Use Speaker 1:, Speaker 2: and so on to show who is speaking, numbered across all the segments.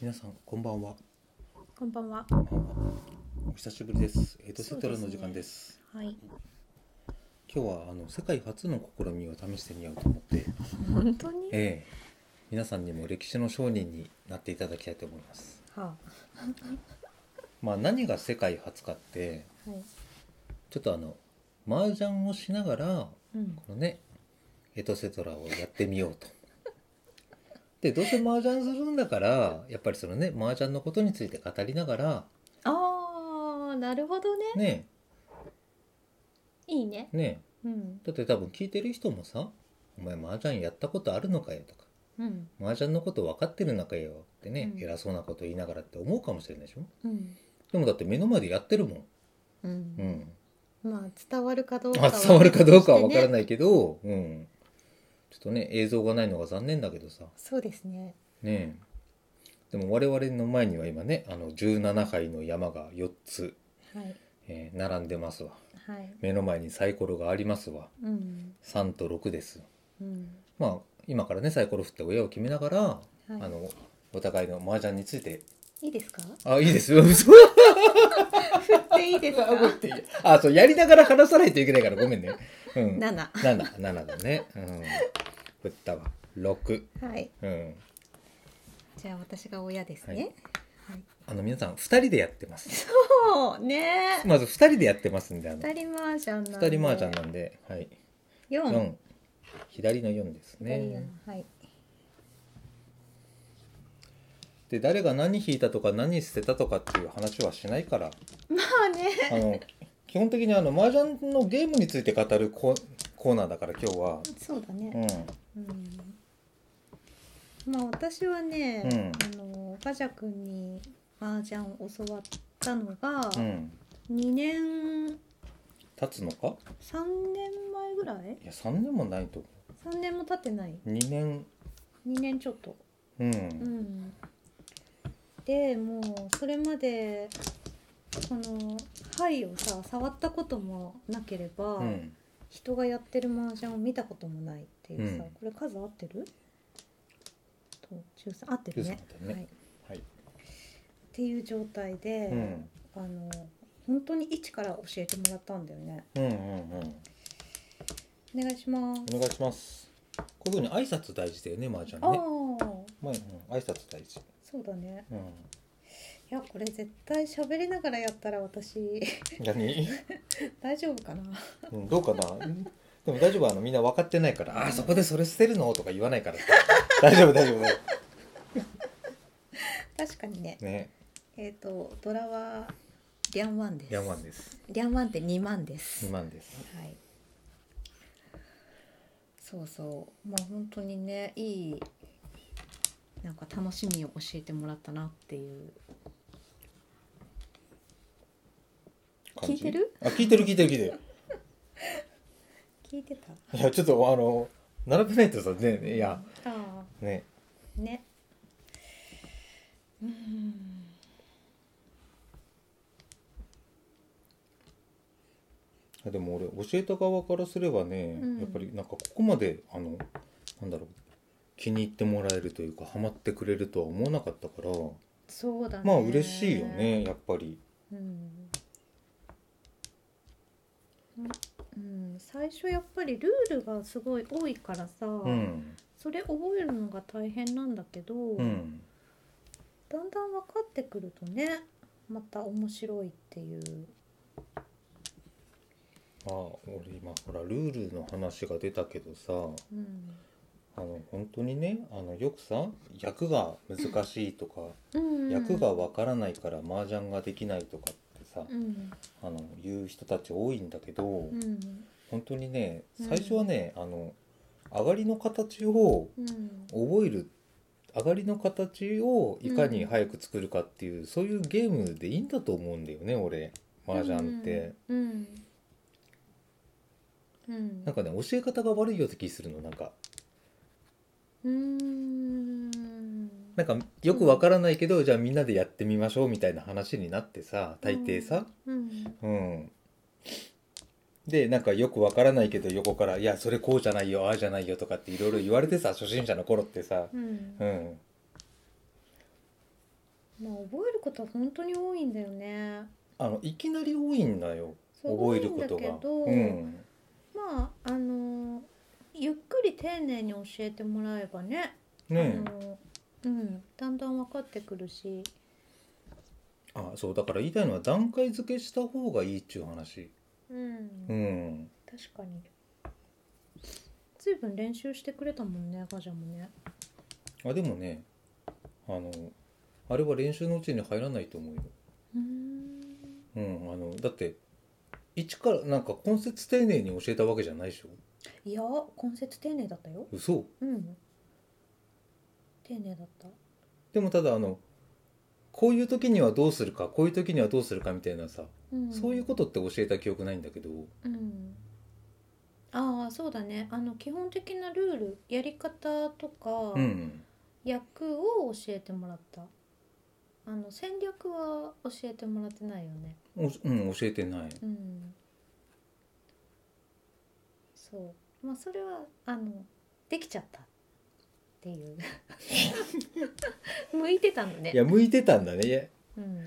Speaker 1: 皆さんこんばんは。
Speaker 2: こんばんは。
Speaker 1: こんばんは。お久しぶりです。エトセトラの時間です。
Speaker 2: はい。
Speaker 1: 今日はあの世界初の試みを試してみようと思って、
Speaker 2: 本当に。
Speaker 1: ええ、皆さんにも歴史の商人になっていただきたいと思います。
Speaker 2: は
Speaker 1: まあ何が世界初かって、
Speaker 2: あ。はい。
Speaker 1: ちょっとあの麻雀をしながら
Speaker 2: うん。
Speaker 1: このねエトセトラをやってみようと。でどうせ麻雀するんだからやっぱりそのね麻雀のことについて語りながら
Speaker 2: ああ、なるほどね。
Speaker 1: ね
Speaker 2: いいね。
Speaker 1: えね
Speaker 2: うん。
Speaker 1: えだって多分聞いてる人もさ「お前麻雀やったことあるのかよ」とか
Speaker 2: うん。
Speaker 1: 「麻雀のこと分かってるのかよ」ってね、
Speaker 2: うん
Speaker 1: 偉そうなこと言いながらって思うかもしれないでしょ
Speaker 2: うん。
Speaker 1: でもだって目の前でやってるもん。
Speaker 2: う。
Speaker 1: うんん
Speaker 2: まあ、伝わるかどうか
Speaker 1: あ
Speaker 2: は。
Speaker 1: 伝わるかどうかは分から
Speaker 2: い。
Speaker 1: ないけど、うん、ちょっとね映像がないのが残念だけどさ
Speaker 2: そうですね。
Speaker 1: ねえでも我々の前には今ねあの17杯の山が4つ、
Speaker 2: はい。
Speaker 1: えー並んでますわ
Speaker 2: はい。
Speaker 1: 目の前にサイコロがありますわ
Speaker 2: うん。
Speaker 1: 3と6です
Speaker 2: うん。
Speaker 1: まあ今からねサイコロ振って親を決めながら、あ
Speaker 2: は
Speaker 1: のお互いの麻雀について
Speaker 2: い。いいですか。
Speaker 1: あいいですよ 嘘
Speaker 2: で、いいですか。
Speaker 1: あそうやりながら話さないといけないからごめんねうん
Speaker 2: 七。
Speaker 1: 7だね、うん、振ったわ6
Speaker 2: はい。
Speaker 1: うん
Speaker 2: じゃあ、私が親ですね。はい。
Speaker 1: あの皆さん2人でやってます
Speaker 2: そうね。
Speaker 1: まず2人でやってますんであの
Speaker 2: 二人麻雀なんで。
Speaker 1: 2人麻雀なんで、はい、
Speaker 2: 四。
Speaker 1: 4左の4です
Speaker 2: 左四
Speaker 1: ね
Speaker 2: はい。
Speaker 1: で誰が何引いたとか何捨てたとかっていう話はしないから
Speaker 2: まあね。
Speaker 1: あの基本的にあの麻雀のゲームについて語るコーコーナーだから今日は
Speaker 2: そうだね。
Speaker 1: うん
Speaker 2: うんまあ私はね、
Speaker 1: うん
Speaker 2: あのガジャ君に麻雀を教わったのが、
Speaker 1: うん
Speaker 2: 2年
Speaker 1: 立つのか
Speaker 2: 3年前ぐらい
Speaker 1: いや3年もないと思
Speaker 2: 3年も経ってないう
Speaker 1: 2年
Speaker 2: 2年ちょっと
Speaker 1: うん、
Speaker 2: うんでもうそれまでこの牌をさ触ったこともなければ、
Speaker 1: うん
Speaker 2: 人がやってる麻雀を見たこともないっていうさ、
Speaker 1: う
Speaker 2: こ
Speaker 1: ん
Speaker 2: れ数合ってると13合ってるね
Speaker 1: 13だね
Speaker 2: はい
Speaker 1: はい
Speaker 2: っていう状態で、
Speaker 1: うん
Speaker 2: あの本当に一から教えてもらったんだよね。
Speaker 1: うんうんうん
Speaker 2: お願いします。
Speaker 1: お願いしますこういうふうに挨拶大事だよね麻雀
Speaker 2: ああ
Speaker 1: ね、まあ、うん、挨拶大事
Speaker 2: そうだね。
Speaker 1: うん
Speaker 2: いやこれ絶対喋りながらやったら私
Speaker 1: 何
Speaker 2: 大丈夫かな。
Speaker 1: うん、どうかな。 でも大丈夫あのみんな分かってないから、あーそこでそれ捨てるのとか言わないから。 大丈夫大丈夫大丈
Speaker 2: 確かにね。
Speaker 1: 夫。ね、
Speaker 2: えっ、とドラはリャンワンです。
Speaker 1: ヤンマンです。
Speaker 2: リャンワンって二万です。
Speaker 1: 二万です。
Speaker 2: はい。そうそう。まあ本当にねいいなんか楽しみを教えてもらったなっていう。
Speaker 1: 感
Speaker 2: 聞
Speaker 1: じ
Speaker 2: いてる？
Speaker 1: あ聞いてる聞いてる聞いてる。
Speaker 2: 聞いてた。
Speaker 1: いやちょっとあの並べないとさねいや
Speaker 2: ああ。
Speaker 1: ね
Speaker 2: ねうん
Speaker 1: でも俺教えた側からすればね、
Speaker 2: うん
Speaker 1: やっぱりなんかここまであのなんだろう気に入ってもらえるというかハマってくれるとは思わなかったから、
Speaker 2: そうだね
Speaker 1: まあ嬉しいよねやっぱり。
Speaker 2: うん、うん、最初やっぱりルールがすごい多いからさ、
Speaker 1: うん
Speaker 2: それ覚えるのが大変なんだけど、
Speaker 1: うん
Speaker 2: だんだん分かってくるとねまた面白いっていう
Speaker 1: あ俺今ほらルールの話が出たけどさ。
Speaker 2: うん、
Speaker 1: あの本当にねあのよくさ役が難しいとか、
Speaker 2: うん、
Speaker 1: 役がわからないから麻雀ができないとかってさ、
Speaker 2: うん
Speaker 1: あの言う人たち多いんだけど、
Speaker 2: うん
Speaker 1: 本当にね
Speaker 2: うん
Speaker 1: 最初はね、あの上がりの形を
Speaker 2: うん
Speaker 1: 覚える上がりの形をいかに早く作るかっていう、そういうゲームでいいんだと思うんだよね俺麻雀って、
Speaker 2: うんうん
Speaker 1: なんかね教え方が悪いような気するのなんか
Speaker 2: うーん
Speaker 1: なんかよくわからないけど、じゃあみんなでやってみましょうみたいな話になってさ大抵さ、
Speaker 2: うん
Speaker 1: うん。で、なんかよくわからないけど横から、いや、それこうじゃないよ、ああじゃないよとかっていろいろ言われてさ、初心者の頃ってさ、
Speaker 2: うん
Speaker 1: うん。
Speaker 2: まあ、覚えることは本当に多いんだよね。
Speaker 1: あのいきなり多いんだよ
Speaker 2: そう
Speaker 1: 覚えること
Speaker 2: 多いんだ
Speaker 1: が
Speaker 2: けど、
Speaker 1: うん、
Speaker 2: まああのゆっくり丁寧に教えてもらえばね
Speaker 1: ね
Speaker 2: あのうん、だんだん分かってくるし
Speaker 1: えあそうだから言いたいのは段階付けした方がいいっちゅう話
Speaker 2: うん、
Speaker 1: うん
Speaker 2: 確かに随分練習してくれたもんねガジャもね
Speaker 1: あでもねあのあれは練習のうちに入らないと思うよ、
Speaker 2: うーん
Speaker 1: うん、あのだって一からなんか根節丁寧に教えたわけじゃないでしょ
Speaker 2: いや根節丁寧だったよ
Speaker 1: 嘘
Speaker 2: うん丁寧だった
Speaker 1: でもただあのこういう時にはどうするかこういう時にはどうするかみたいなさ、
Speaker 2: うん
Speaker 1: そういうことって教えた記憶ないんだけど
Speaker 2: うんああそうだねあの基本的なルールやり方とか、
Speaker 1: うん
Speaker 2: 役を教えてもらったあの戦略は教えてもらってないよね
Speaker 1: おうん教えてない
Speaker 2: うんそうまあそれはあのできちゃったっていう 向いてたんだね
Speaker 1: いや向いてたんだねいや
Speaker 2: うん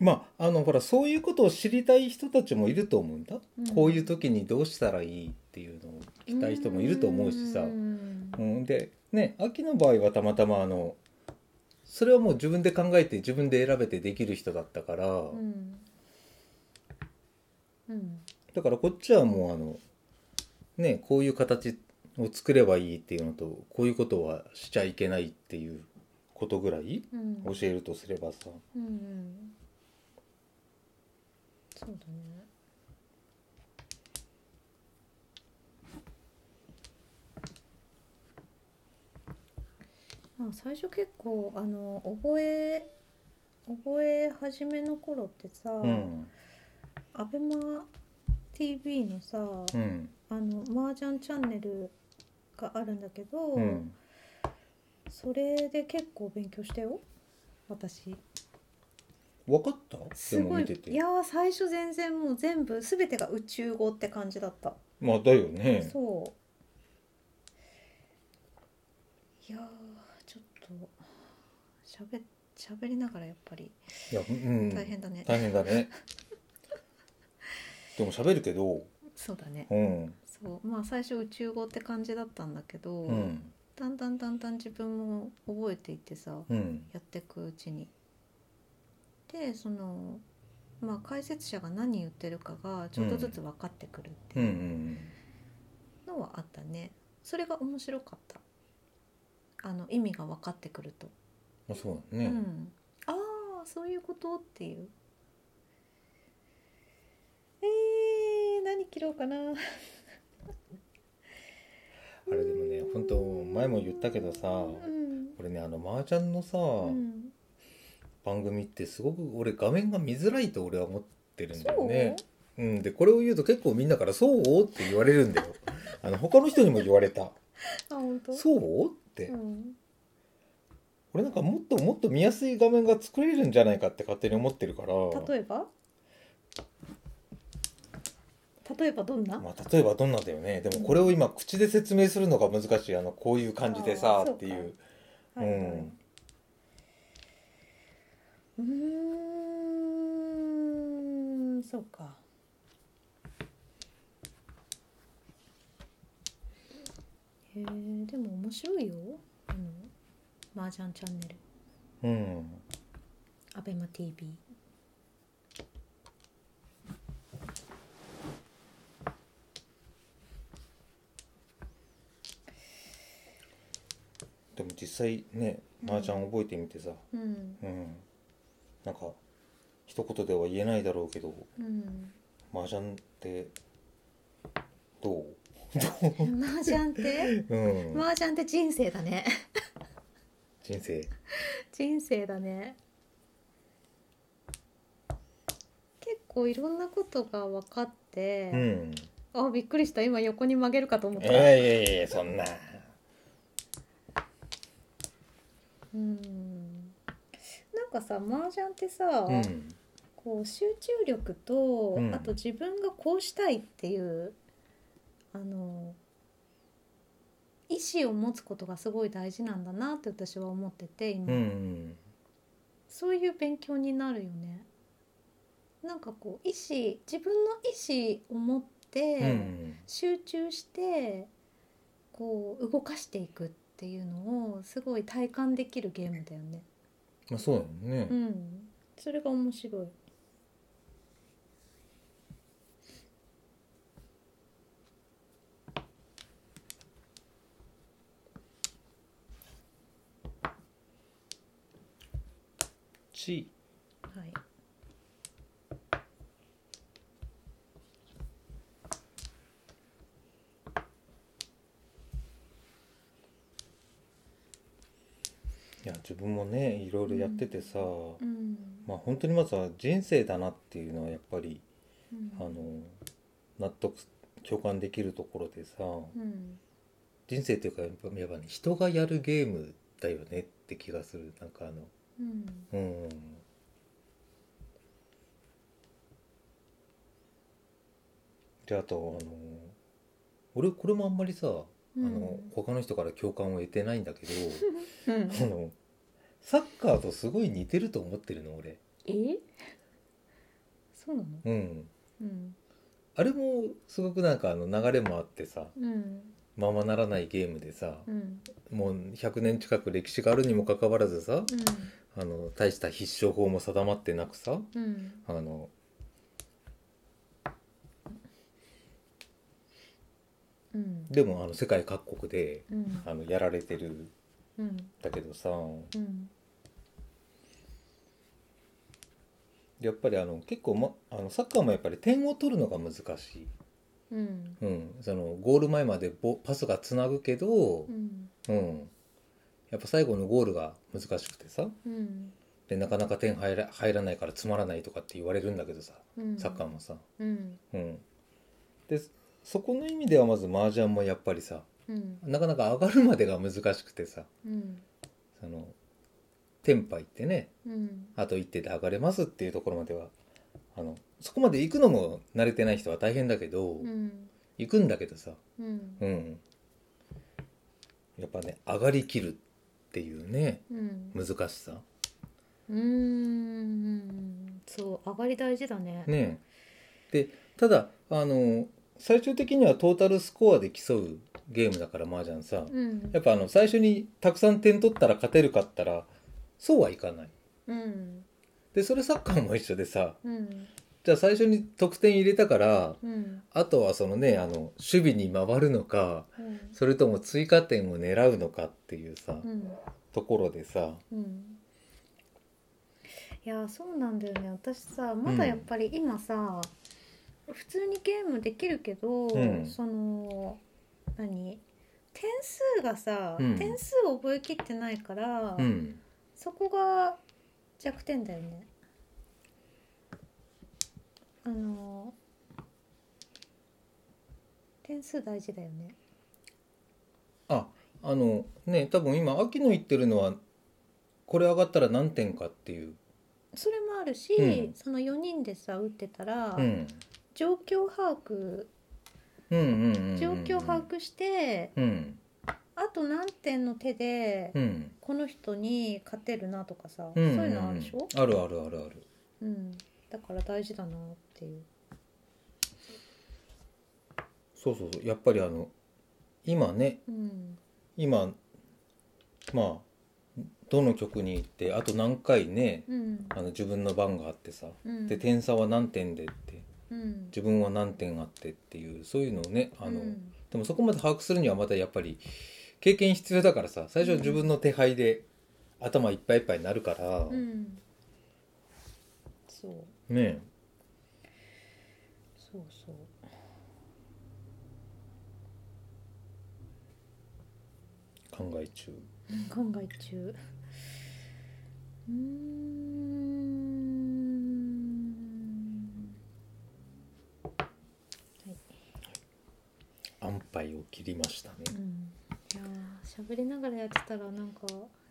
Speaker 1: まああのほらそういうことを知りたい人たちもいると思うんだ、
Speaker 2: うん
Speaker 1: こういう時にどうしたらいいっていうのを聞きたい人もいると思うしさ
Speaker 2: うん
Speaker 1: うん、でね秋の場合はたまたまあのそれはもう自分で考えて自分で選べてできる人だったから、
Speaker 2: うんうん
Speaker 1: だからこっちはもうあのねこういう形を作ればいいっていうのとこういうことはしちゃいけないっていうことぐらい
Speaker 2: うん
Speaker 1: 教えるとすればさ
Speaker 2: うんうんそうだねまあ最初結構あの覚え覚え始めの頃ってさ、
Speaker 1: うん
Speaker 2: アベマ TV のさ、
Speaker 1: うん
Speaker 2: あの麻雀チャンネルがあるんだけど、
Speaker 1: うん
Speaker 2: それで結構勉強したよ私。
Speaker 1: 分かったですも
Speaker 2: ごい
Speaker 1: 見て
Speaker 2: い
Speaker 1: て
Speaker 2: やー最初全然もう全部全てが宇宙語って感じだった、
Speaker 1: まあだよね
Speaker 2: そういやーちょっとしゃべしゃべりながらやっぱり
Speaker 1: いやうん
Speaker 2: 大変だね、
Speaker 1: 大変だねでも喋るけど
Speaker 2: そうだね
Speaker 1: うん
Speaker 2: そうまあ最初宇宙語って感じだったんだけど、
Speaker 1: うん
Speaker 2: だんだんだんだん自分も覚えていってさ、
Speaker 1: うん
Speaker 2: やっていくうちに。でそのまあ解説者が何言ってるかがちょっとずつ分かってくるって
Speaker 1: う
Speaker 2: い
Speaker 1: んう
Speaker 2: うんのはあったねそれが面白かったあの意味が分かってくると、
Speaker 1: まあそうだね、
Speaker 2: うん、ああそういうことっていうえー、何切ろうかな
Speaker 1: あれでもね本当前も言ったけどさ
Speaker 2: うん
Speaker 1: 俺ねあの麻雀のさ、
Speaker 2: うん
Speaker 1: 番組ってすごく俺画面が見づらいと俺は思ってるんだ
Speaker 2: そ
Speaker 1: よ
Speaker 2: う、
Speaker 1: ねうんでこれを言うと結構みんなから「そう?」って言われるんだよあの他の人にも言われた
Speaker 2: あ本
Speaker 1: 「
Speaker 2: 当
Speaker 1: そう?」って、
Speaker 2: うん、
Speaker 1: 俺なんかもっともっと見やすい画面が作れるんじゃないかって勝手に思ってるから
Speaker 2: 例えば例えばどんな、
Speaker 1: まあ、例えばどんなだよねでもこれを今口で説明するのが難しいあのこういう感じで
Speaker 2: あ
Speaker 1: さ
Speaker 2: ーそうか
Speaker 1: っていう
Speaker 2: はいうはい
Speaker 1: ん
Speaker 2: うーんそうかへえでも面白いよあの麻雀チャンネル
Speaker 1: うん
Speaker 2: アベマ t v
Speaker 1: でも実際ね麻雀覚えてみてさ、
Speaker 2: うん
Speaker 1: うん、なんか一言では言えないだろうけど
Speaker 2: うん
Speaker 1: 麻雀ってどう、
Speaker 2: 麻雀って
Speaker 1: うん
Speaker 2: 麻雀って人生だね
Speaker 1: 人生
Speaker 2: 人生だね結構いろんなことが分かっ
Speaker 1: う
Speaker 2: て、
Speaker 1: ん
Speaker 2: あびっくりした今横に曲げるかと思っ
Speaker 1: い
Speaker 2: た、
Speaker 1: やいやいやそんな
Speaker 2: うんなんかさ麻雀ってさ、
Speaker 1: うん
Speaker 2: こう集中力と、
Speaker 1: うん
Speaker 2: あと自分がこうしたいっていうあの意思を持つことがすごい大事なんだなって私は思ってて今、
Speaker 1: うん
Speaker 2: そういう勉強になるよねなんかこう意思自分の意思を持っ
Speaker 1: うんう
Speaker 2: て
Speaker 1: ん
Speaker 2: 集中してこう動かしていくっていうのをすごい体感できるゲームだよね
Speaker 1: まあそうやもんね、
Speaker 2: うんそれが面白い
Speaker 1: ち
Speaker 2: はい
Speaker 1: いや自分もねいろいろやっててさ、
Speaker 2: うん
Speaker 1: まあ本当にまずは人生だなっていうのはやっぱり
Speaker 2: うん
Speaker 1: あの納得共感できるところでさ
Speaker 2: うん
Speaker 1: 人生というかやっぱやっぱね人がやるゲームだよねって気がするなんかあの
Speaker 2: うん
Speaker 1: うんであとあの俺これもあんまりさ、
Speaker 2: うん
Speaker 1: あの他の人から共感を得てないんだけど
Speaker 2: うん
Speaker 1: あのサッカーとすごい似てると思ってるの俺
Speaker 2: えそうなの
Speaker 1: うん
Speaker 2: うん
Speaker 1: あれもすごくなんかあの流れもあってさ
Speaker 2: うん
Speaker 1: ままならないゲームでさ
Speaker 2: う、ん
Speaker 1: もう100年近く歴史があるにもかかわらずさあの大した必勝法も定まってなくさ
Speaker 2: うんうん
Speaker 1: あの
Speaker 2: うん
Speaker 1: でもあの世界各国で
Speaker 2: うん
Speaker 1: あのやられてるん
Speaker 2: うん
Speaker 1: だけどさ
Speaker 2: うん
Speaker 1: やっぱりあの結構、ま、あのサッカーもやっぱり点を取るのが難しい、
Speaker 2: うん
Speaker 1: うん、そのゴール前までボパスがつなぐけ
Speaker 2: う、
Speaker 1: ど
Speaker 2: ん
Speaker 1: うん、やっぱ最後のゴールが難しくてさ
Speaker 2: うん
Speaker 1: でなかなか点入ら入らないからつまらないとかって言われるんだけどさ
Speaker 2: うん
Speaker 1: サッカーもさ、
Speaker 2: うん
Speaker 1: うん、でそこの意味ではまず麻雀もやっぱりさ
Speaker 2: うん
Speaker 1: なかなか上がるまでが難しくてさ
Speaker 2: うん
Speaker 1: そのテンパイってね
Speaker 2: うん
Speaker 1: あと一手で上がれますっていうところまではあのそこまで行くのも慣れてない人は大変だけど、
Speaker 2: うん
Speaker 1: 行くんだけどさ、
Speaker 2: うん
Speaker 1: うん、やっぱね上がりきるっていうね
Speaker 2: うん
Speaker 1: 難しさ
Speaker 2: うーんそう上がり大事だね
Speaker 1: ねでただあの最終的にはトータルスコアで競うゲームだから麻雀さ、
Speaker 2: うん
Speaker 1: やっぱあの最初にたくさん点取ったら勝てるかったらそうはいかない
Speaker 2: うん
Speaker 1: でそれサッカーも一緒でさ
Speaker 2: うん
Speaker 1: じゃあ最初に得点入れたから
Speaker 2: うん
Speaker 1: あとはそのねあの守備に回るのか
Speaker 2: うん
Speaker 1: それとも追加点を狙うのかっていうさ、
Speaker 2: うん
Speaker 1: ところでさ
Speaker 2: うんいやそうなんだよね私さまだやっぱり今さ、普通にゲームできるけど、
Speaker 1: ん
Speaker 2: その何点数がさ、
Speaker 1: うん
Speaker 2: 点数を覚えきってないから、
Speaker 1: うん
Speaker 2: そこが弱点だよね。あの点数大事だよね。
Speaker 1: ああのね多分今秋の言ってるのはこれ上がったら何点かっていう、
Speaker 2: それもあるし、
Speaker 1: うん
Speaker 2: その4人でさ打ってたら、
Speaker 1: うん、
Speaker 2: 状況把握
Speaker 1: うんうんうんうん
Speaker 2: 状況把握して、
Speaker 1: うん
Speaker 2: あと何点の手で
Speaker 1: うん
Speaker 2: この人に勝てるなとかさ、
Speaker 1: うんうん
Speaker 2: そういうのあるでしょ、
Speaker 1: あるあるあるある
Speaker 2: うん、だから大事だなっていう。
Speaker 1: そうそうそうやっぱりあの今ね
Speaker 2: うん
Speaker 1: 今まあどの曲に行ってあと何回ね
Speaker 2: うん
Speaker 1: あの自分の番があってさ
Speaker 2: うん
Speaker 1: で点差は何点でって
Speaker 2: うん
Speaker 1: 自分は何点あってっていうそういうのをねあの、
Speaker 2: うん
Speaker 1: でもそこまで把握するにはまたやっぱり経験必要だからさ最初は自分の手配で頭いっぱいいっぱいになるから、
Speaker 2: うん、そう
Speaker 1: ね
Speaker 2: そうそう
Speaker 1: 考え中
Speaker 2: 考え中うーんはい、
Speaker 1: 安牌を切りましたね
Speaker 2: うん、いやー喋りながらやってたらなんか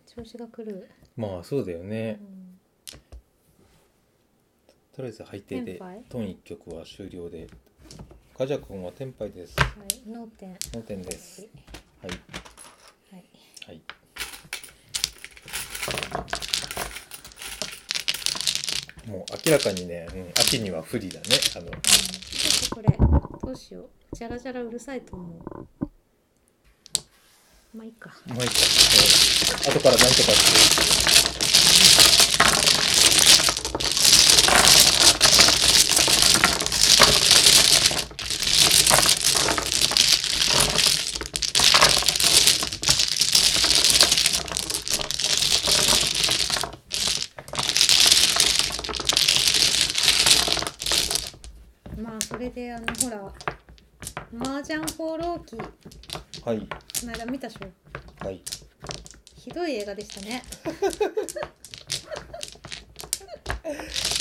Speaker 2: 調子が来る、
Speaker 1: まあそうだよ
Speaker 2: う
Speaker 1: ね
Speaker 2: ん、
Speaker 1: とりあえず配定で
Speaker 2: テンパイ
Speaker 1: トン1曲は終了でガジャ君はテンパイです
Speaker 2: はい脳天
Speaker 1: 脳天ですはい明らかにね、うん秋には不利だねあの
Speaker 2: ちょっとこれどうしようジャラジャラうるさいと思うまあいいか
Speaker 1: もう一回、後からなんとかって。
Speaker 2: まあそれであのほら麻雀放浪記こ
Speaker 1: はい。
Speaker 2: の間見たでしょ
Speaker 1: はい。
Speaker 2: ひどい映画でした ね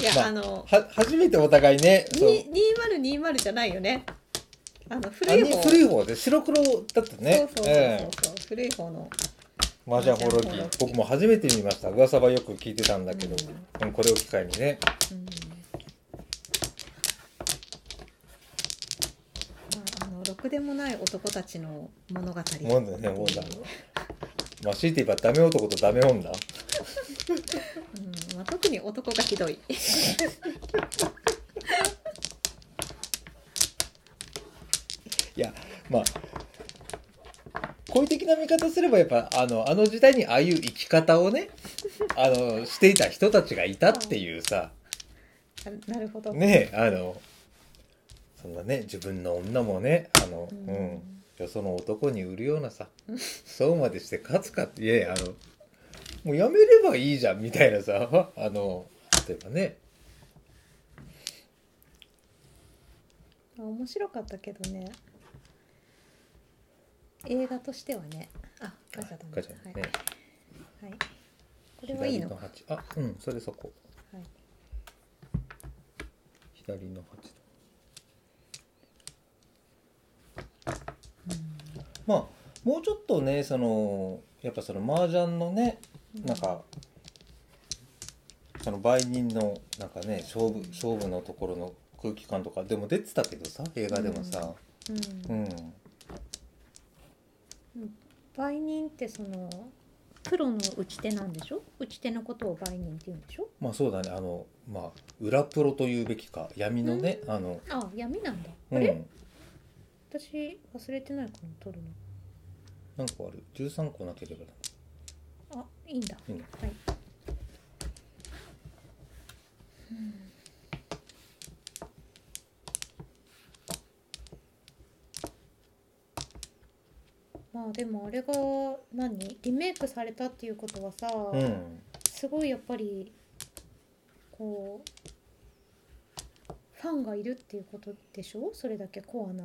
Speaker 2: いや、
Speaker 1: まあ
Speaker 2: あの
Speaker 1: は、初めてお互いね、そう。
Speaker 2: に2020じゃないよねあの
Speaker 1: あ
Speaker 2: 古い
Speaker 1: に
Speaker 2: 方
Speaker 1: 古い方で、白黒だったね。
Speaker 2: そうそうそうそう、
Speaker 1: え
Speaker 2: 古い方の
Speaker 1: え。麻雀放浪記
Speaker 2: 麻雀放浪記
Speaker 1: 僕も初めて見ました。噂はよく聞いてたんだけど、
Speaker 2: う
Speaker 1: うんこれを機会にね。
Speaker 2: うんまあ、あのろくでもない男たちの物語
Speaker 1: もんだね、もんだ。まあ、強いて言えばダメ男とダメ女。
Speaker 2: うんまあ、特に男がひどい
Speaker 1: いや、まあ、好意的な見方すれば、やっぱ、あの、あの時代にああいう生き方をね、 あの、していた人たちがいたっていうさ、
Speaker 2: あなるほど、
Speaker 1: ねえあの、そんなね、自分の女もね、あの、
Speaker 2: う
Speaker 1: うんん、よその男に売るようなさ、そうまでして勝つかって、いやいや、あの、もうやめればいいじゃん、みたいなさ、 あの、例えばね、
Speaker 2: まあ面白かったけどね映画としてはねあガチャだね
Speaker 1: ガチャ
Speaker 2: はい、
Speaker 1: ね、
Speaker 2: はい、これはいいのか、は
Speaker 1: 左の鉢あ、うん、それそこ。
Speaker 2: い、
Speaker 1: 左の鉢と。まあもうちょっとねそのやっぱその麻雀のねなんかその売人のなんかね勝負勝負のところの空気感とかでも出てたけどさ映画でもさ、
Speaker 2: うん、
Speaker 1: うん
Speaker 2: 売人ってそのプロの打ち手なんでしょ打ち手のことを売人って言うんでしょ
Speaker 1: まあそうだねあのまあ裏プロというべきか闇のね、あの、
Speaker 2: あ闇なんだ、
Speaker 1: うん、
Speaker 2: あ
Speaker 1: な
Speaker 2: れ
Speaker 1: ん
Speaker 2: 私忘れてないかな取る
Speaker 1: かある13個なければ
Speaker 2: のあいいんだ
Speaker 1: いいの
Speaker 2: はいうんまあでもあれが何リメイクされたっていうことはさ、
Speaker 1: うん
Speaker 2: すごいやっぱりこうファンがいるっていうことでしょそれだけコアな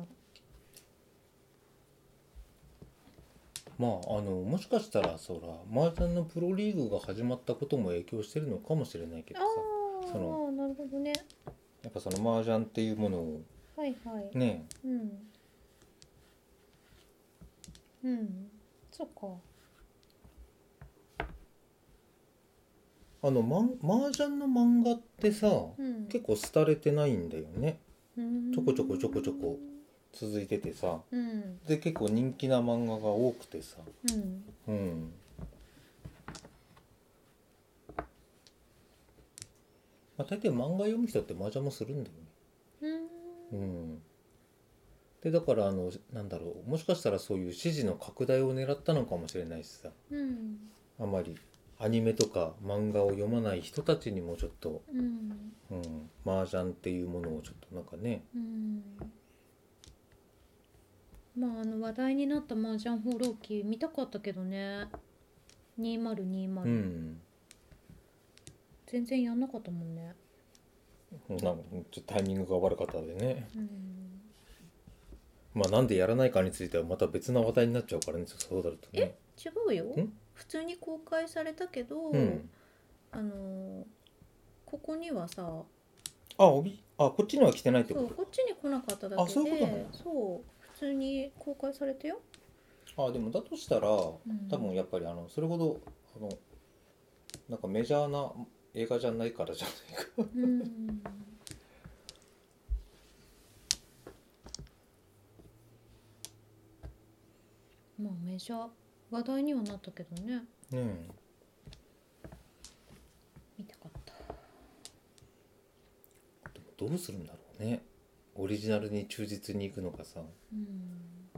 Speaker 1: まああのもしかしたらそら麻雀のプロリーグが始まったことも影響してるのかもしれないけど
Speaker 2: あ
Speaker 1: さ
Speaker 2: あ
Speaker 1: その
Speaker 2: なるほどね
Speaker 1: やっぱその麻雀っていうものを
Speaker 2: はいはい、
Speaker 1: ね
Speaker 2: うんうんそっか
Speaker 1: あのマン麻雀の漫画ってさ、
Speaker 2: うん
Speaker 1: 結構廃れてないんだよね
Speaker 2: うん
Speaker 1: ちょこちょこちょこちょこ続いててさ
Speaker 2: うん
Speaker 1: で結構人気な漫画が多くてさ
Speaker 2: うん
Speaker 1: うんまあ大抵漫画読む人って麻雀もするんだよね
Speaker 2: うん
Speaker 1: うんでだからあのなんだろうもしかしたらそういう支持の拡大を狙ったのかもしれないしさ
Speaker 2: うん
Speaker 1: あまりアニメとか漫画を読まない人たちにもちょっと、
Speaker 2: うん
Speaker 1: うん、麻雀っていうものをちょっとなんかね
Speaker 2: うんまああの話題になった麻雀放浪記見たかったけどね2020、
Speaker 1: うん
Speaker 2: 全然やんなかったもんね
Speaker 1: なんかちょっとタイミングが悪かったでね
Speaker 2: うん
Speaker 1: まあなんでやらないかについてはまた別な話題になっちゃうからねちょっとそうなるとね
Speaker 2: え違うよ
Speaker 1: ん
Speaker 2: 普通に公開されたけど、
Speaker 1: うん
Speaker 2: あのーここにはさ
Speaker 1: あ帯あこっちには来てないって
Speaker 2: そ
Speaker 1: こ
Speaker 2: うこっちに来なかっただけで
Speaker 1: あそういうことなんだ
Speaker 2: そう普通に公開されてよ、
Speaker 1: とあでもだとしたら多
Speaker 2: ん
Speaker 1: 分やっぱりあのそれほどあのなんかメジャーな映画じゃないからじゃないか
Speaker 2: うん、まあメジャー話題にはなったけどね
Speaker 1: ねえ
Speaker 2: 見たかった
Speaker 1: どうするんだろうねオリジナルに忠実にいくのかさ
Speaker 2: うん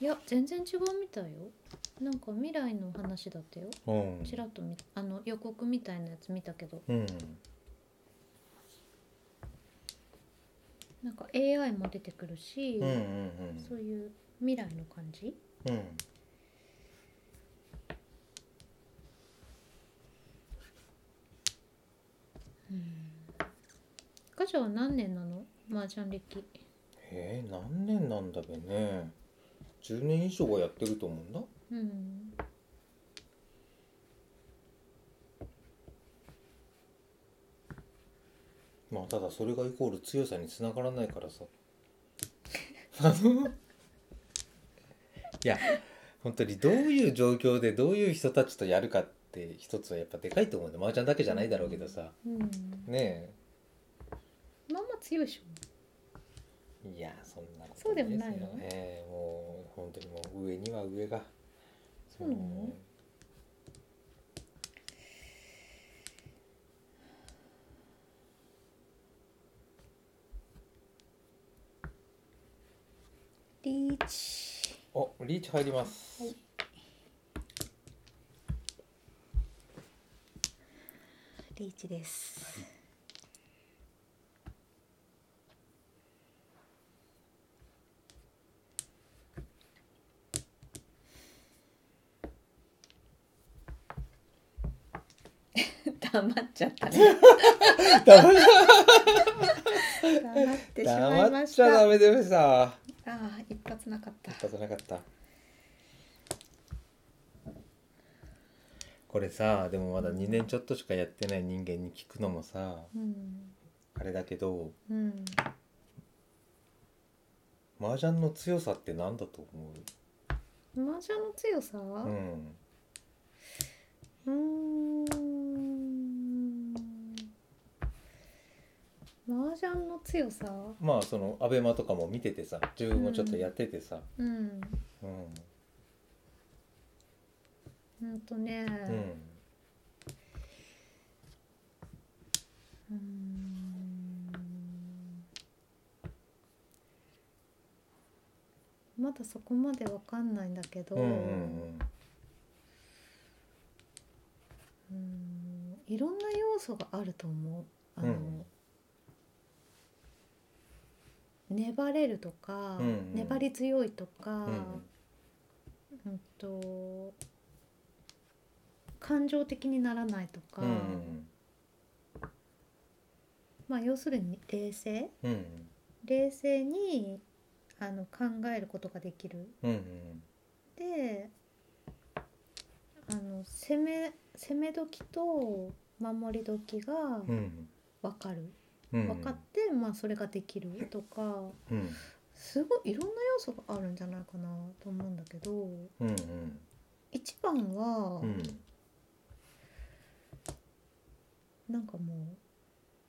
Speaker 2: いや全然違うみたいよなんか未来の話だったよ
Speaker 1: うん
Speaker 2: ちらっと見あの予告みたいなやつ見たけど
Speaker 1: うん
Speaker 2: なんか AI も出てくるし、
Speaker 1: うんうん
Speaker 2: そういう未来の感じ
Speaker 1: うんうん
Speaker 2: ガジャは何年なの麻雀歴
Speaker 1: えー、何年なんだべね10年以上はやってると思うんだ
Speaker 2: うん
Speaker 1: まあただそれがイコール強さにつながらないからさ あのいや本当にどういう状況でどういう人たちとやるかって一つはやっぱでかいと思うんで麻雀だけじゃないだろうけどさ
Speaker 2: うん
Speaker 1: ね
Speaker 2: まあまあ強いでし
Speaker 1: えいやそんなこと
Speaker 2: そうでもないの
Speaker 1: ですよねもう本当にもう上には上が
Speaker 2: そうなのょリーチ
Speaker 1: おリーチ入ります、
Speaker 2: はいリーチです 黙っちゃったね黙ってしまい
Speaker 1: 黙
Speaker 2: ま
Speaker 1: っ
Speaker 2: し
Speaker 1: ちゃ
Speaker 2: た
Speaker 1: ダ
Speaker 2: あ
Speaker 1: メでした
Speaker 2: あ一発なかった
Speaker 1: 立たなかったこれさでもまだ2年ちょっとしかやってない人間に聞くのもさ
Speaker 2: うん
Speaker 1: あれだけど
Speaker 2: うん
Speaker 1: 麻雀の強さって何だと思
Speaker 2: 麻雀の強さ、
Speaker 1: ううん
Speaker 2: うーん麻雀の強さ
Speaker 1: まあそのアベマとかも見ててさ自分もちょっとやっててさ
Speaker 2: うん
Speaker 1: うん
Speaker 2: うんとねう
Speaker 1: うん
Speaker 2: ーんまだそこまでわかんないんだけど、
Speaker 1: うんうん
Speaker 2: うんいろんな要素があると思う。あの
Speaker 1: うん
Speaker 2: 粘れるとか、
Speaker 1: うんうん
Speaker 2: 粘り強いとか
Speaker 1: う、ん
Speaker 2: うんと感情的にならないとか、
Speaker 1: うんうん
Speaker 2: まあ要するに冷静
Speaker 1: うんうん
Speaker 2: 冷静にあの考えることができる
Speaker 1: うんうん
Speaker 2: であの攻め攻め時と守り時が
Speaker 1: うん
Speaker 2: 分かる、
Speaker 1: うん
Speaker 2: 分かって、まあ、それができるとか
Speaker 1: うん
Speaker 2: すごいいろんな要素があるんじゃないかなと思うんだけど
Speaker 1: うんうん
Speaker 2: 一番は、
Speaker 1: うん
Speaker 2: なんかもう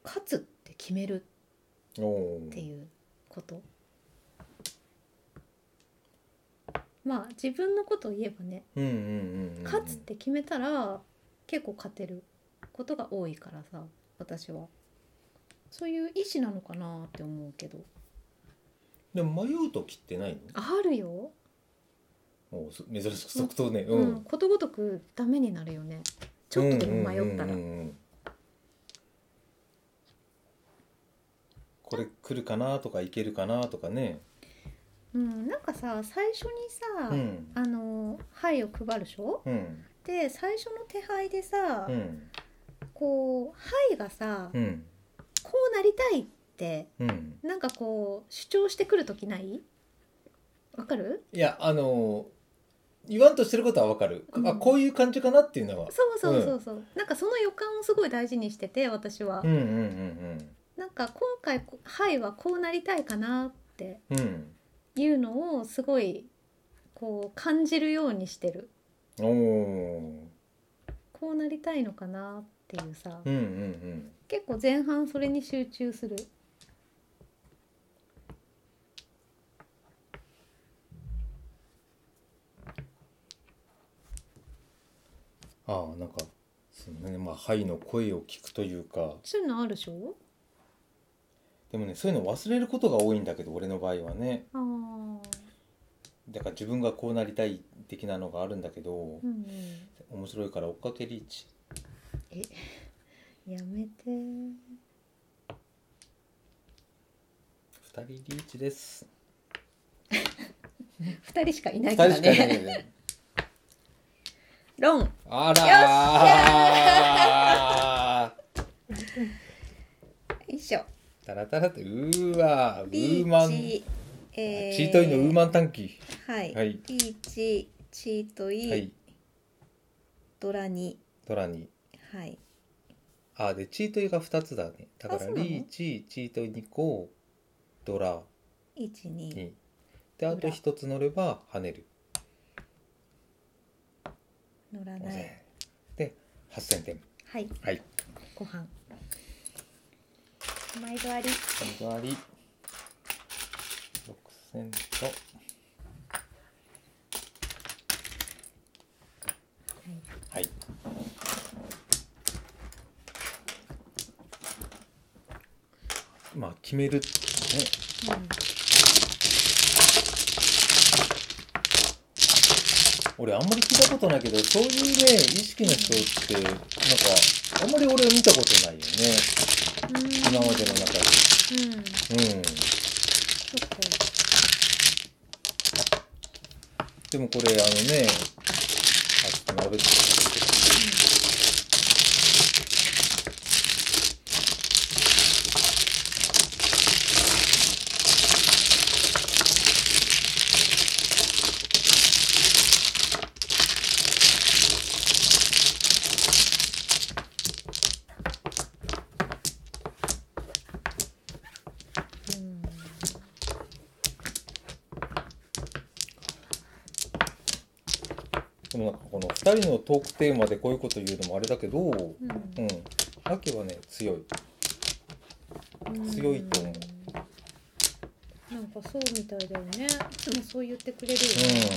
Speaker 2: 勝つって決める
Speaker 1: おー
Speaker 2: っていうこと、まあ自分のことを言えばね
Speaker 1: うんうんうんうん
Speaker 2: 勝つって決めたら結構勝てることが多いからさ私はそういう意志なのかなって思うけど
Speaker 1: でも迷う時ってないの
Speaker 2: あるよ、
Speaker 1: おうそ珍しく即答ね
Speaker 2: う
Speaker 1: うんん
Speaker 2: ことごとくダメになるよねちょっとでも迷ったら、
Speaker 1: うんうんうんうんこれ来るかなとかいけるかなとかね
Speaker 2: うん、なんかさ最初にさ、
Speaker 1: うん
Speaker 2: あの牌を配るでしょ
Speaker 1: うん
Speaker 2: で最初の手牌でさ、
Speaker 1: うん
Speaker 2: こう牌がさ、
Speaker 1: うん
Speaker 2: こうなりたいって
Speaker 1: うん
Speaker 2: なんかこう主張してくる時ないわかる
Speaker 1: いやあのー言わんとしてることはわかる、
Speaker 2: うん
Speaker 1: あこういう感じかなっていうのは
Speaker 2: そうそうそうそう、なんかその予感をすごい大事にしてて私は、
Speaker 1: うんうんうん
Speaker 2: なんか今回こはいはこうなりたいかなって
Speaker 1: うんうん
Speaker 2: いうのをすごいこう感じるようにしてる
Speaker 1: おお
Speaker 2: こうなりたいのかなっていうさ、
Speaker 1: うんうん
Speaker 2: 結構前半それに集中する
Speaker 1: うんああなんかそのねまあ「はい」の声を聞くというか
Speaker 2: そういうのあるでしょ
Speaker 1: でもねそういうの忘れることが多いんだけど俺の場合はね
Speaker 2: ああうん
Speaker 1: だから自分がこうなりたい的なのがあるんだけど
Speaker 2: うん
Speaker 1: 面白いから追っかけリーチ
Speaker 2: えやめて
Speaker 1: 2人リーチです
Speaker 2: 二人しかいな
Speaker 1: 2
Speaker 2: いか
Speaker 1: 人
Speaker 2: ら
Speaker 1: しかいな
Speaker 2: ね
Speaker 1: いよね
Speaker 2: ロン
Speaker 1: あらー
Speaker 2: よいしょ
Speaker 1: タラタラってうーわーウ
Speaker 2: リ
Speaker 1: ーマ
Speaker 2: ー
Speaker 1: ン
Speaker 2: チえ
Speaker 1: チートイのウーマン短期
Speaker 2: ンはい、
Speaker 1: はい
Speaker 2: リーチチートイ、
Speaker 1: はい
Speaker 2: ドラニ
Speaker 1: ドラに
Speaker 2: はい
Speaker 1: あでチートイが2つだねだか
Speaker 2: あそ
Speaker 1: ら
Speaker 2: うなの
Speaker 1: リーチチートイ2個ドラ
Speaker 2: 一二
Speaker 1: にであと1つ乗れば跳ねる
Speaker 2: 乗らない
Speaker 1: で8000点
Speaker 2: はい
Speaker 1: はい
Speaker 2: ご飯毎度あり
Speaker 1: 終わり6000と
Speaker 2: はい
Speaker 1: はいまあ決めるってね俺あんまり聞いたことないけどそういうね意識の人ってなんかあんまり俺見たことないよね
Speaker 2: うん、
Speaker 1: 今までの中
Speaker 2: うん、そ
Speaker 1: でう
Speaker 2: っ
Speaker 1: ん
Speaker 2: か
Speaker 1: でもこれあのねあちょっと鍋つけて
Speaker 2: うん
Speaker 1: でもなんかこの2人のトークテーマでこういうこと言うのもあれだけど、う
Speaker 2: うん
Speaker 1: ん、秋はね強い。強いと思う
Speaker 2: うんなんかそうみたいだよねいつもそう言ってくれるよね、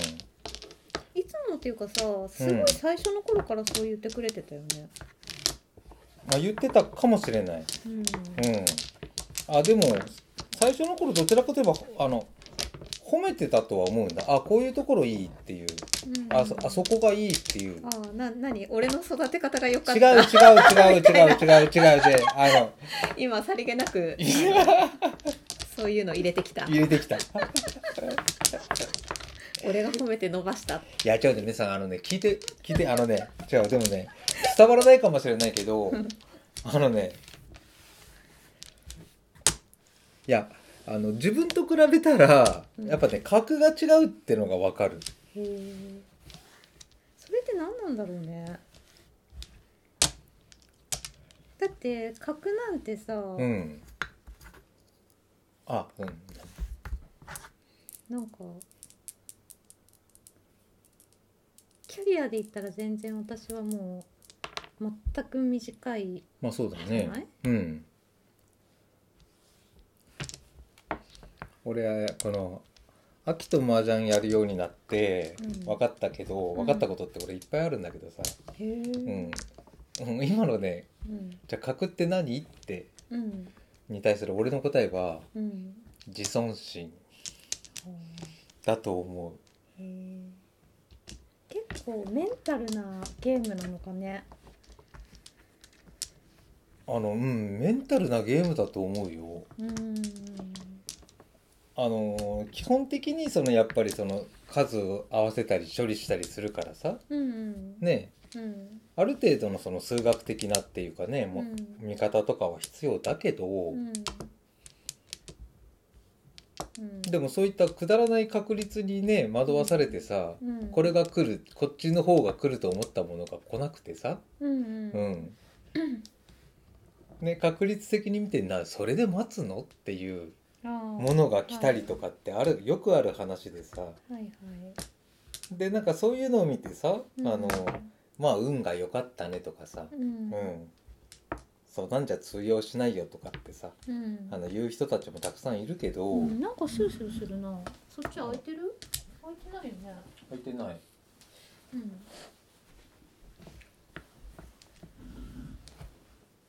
Speaker 1: う
Speaker 2: いつもっていうかさすごい最初の頃からそう言ってくれてたよね
Speaker 1: ん、まあ、言ってたかもしれない。
Speaker 2: うん、
Speaker 1: うん、あでも最初の頃どちらかといえばあの褒めてたとは思うんだ。あこういうところいいっていう
Speaker 2: うん
Speaker 1: あそあそこがいいっていう。
Speaker 2: あな何俺の育て方が良かっ
Speaker 1: 違う違う
Speaker 2: た
Speaker 1: 違う違う違う違う違うあの
Speaker 2: 今さりげなくそういうの入れてきた
Speaker 1: 入れてきたい
Speaker 2: 俺が褒めて伸ばした
Speaker 1: や違うね皆さんあのね聞いて聞いてあのね違うでもね伝わらないかもしれないけど
Speaker 2: ん
Speaker 1: あのねいやあの自分と比べたら
Speaker 2: うん
Speaker 1: やっぱね格が違うってのが分かる
Speaker 2: へえそれって何なんだろうねだって格なんてさ、
Speaker 1: うんあうん
Speaker 2: なんかキャリアで言ったら全然私はもう全く短い
Speaker 1: まあそうだ
Speaker 2: じゃない
Speaker 1: ねうん俺はこの秋と麻雀やるようになって
Speaker 2: うん
Speaker 1: 分かったけど、
Speaker 2: ん
Speaker 1: 分かったことって俺いっぱいあるんだけどさ、
Speaker 2: へえ
Speaker 1: うんうん今のね
Speaker 2: うん
Speaker 1: じゃあ格って何って
Speaker 2: うん
Speaker 1: に対する俺の答えは
Speaker 2: うん
Speaker 1: 自尊心
Speaker 2: ほう
Speaker 1: だと思う
Speaker 2: へえ結構メンタルなゲームなのかね
Speaker 1: あのうんメンタルなゲームだと思うよ
Speaker 2: うん
Speaker 1: あの基本的にそのやっぱりその数を合わせたり処理したりするからさ
Speaker 2: うんうん
Speaker 1: ね
Speaker 2: うん
Speaker 1: ある程度のその数学的なっていうかね
Speaker 2: う
Speaker 1: もうん見方とかは必要だけど、
Speaker 2: うんうん
Speaker 1: でもそういったくだらない確率にね惑わされてさ、
Speaker 2: うん
Speaker 1: これが来るこっちの方が来ると思ったものが来なくてさ、
Speaker 2: うんう
Speaker 1: う
Speaker 2: ん
Speaker 1: んね、確率的に見てなそれで待つのっていう
Speaker 2: あー
Speaker 1: ものが来たりとかってある、よくある話でさ
Speaker 2: はいはい
Speaker 1: でなんかそういうのを見てさ、
Speaker 2: うん
Speaker 1: あのまあ運が良かったねとかさ、
Speaker 2: うん
Speaker 1: うん、そうなんじゃ通用しないよとかってさ
Speaker 2: うん
Speaker 1: あの言う人たちもたくさんいるけど、
Speaker 2: うん、なんかスルスルするな。そっち開いてる？開いてないよね。
Speaker 1: 入ってない
Speaker 2: うん。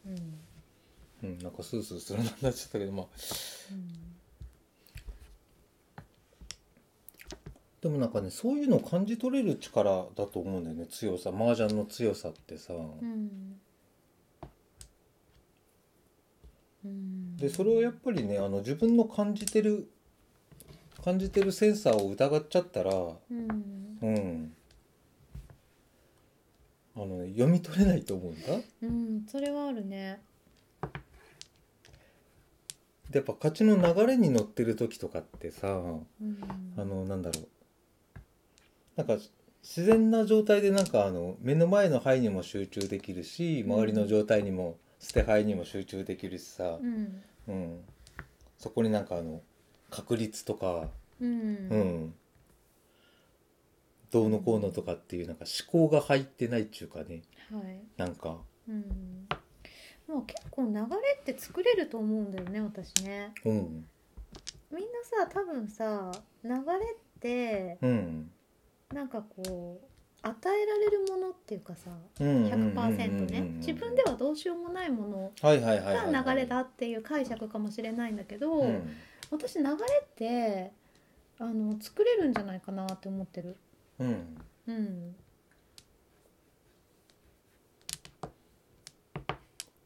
Speaker 2: うん。
Speaker 1: うんうん、なんかスースーするなになっちゃったけどまあ
Speaker 2: うん
Speaker 1: でもなんかねそういうのを感じ取れる力だと思うんだよね強さ麻雀の強さってさ、
Speaker 2: うんうん
Speaker 1: でそれをやっぱりねあの自分の感じてる感じてるセンサーを疑っちゃったら
Speaker 2: うん
Speaker 1: うんあのね、読み取れないと思うんだで
Speaker 2: うんそれはあるね
Speaker 1: やっぱ勝ちの流れに乗ってる時とかってさ
Speaker 2: うん
Speaker 1: あのなんだろうなんか自然な状態でなんかあの目の前の肺にも集中できるし周りの状態にも捨て肺にも集中できるしさ、
Speaker 2: うん
Speaker 1: うん、そこになんかあの確率とか、
Speaker 2: う
Speaker 1: うんん、どうのこうのとかっていうなんか思考が入ってないっていうかね
Speaker 2: はい
Speaker 1: なんか
Speaker 2: うんもう結構流れって作れると思うんだよね私ね
Speaker 1: うん
Speaker 2: みんなさ多分さ流れって
Speaker 1: うん
Speaker 2: なんかこう与えられるものっていうかさ
Speaker 1: うん
Speaker 2: 100%ね自分ではどうしようもないもの
Speaker 1: はいはいはいはい、
Speaker 2: が流れだっていう解釈かもしれないんだけど、
Speaker 1: うん、
Speaker 2: 私流れってあの作れるんじゃないかなって思ってる
Speaker 1: うん、
Speaker 2: うん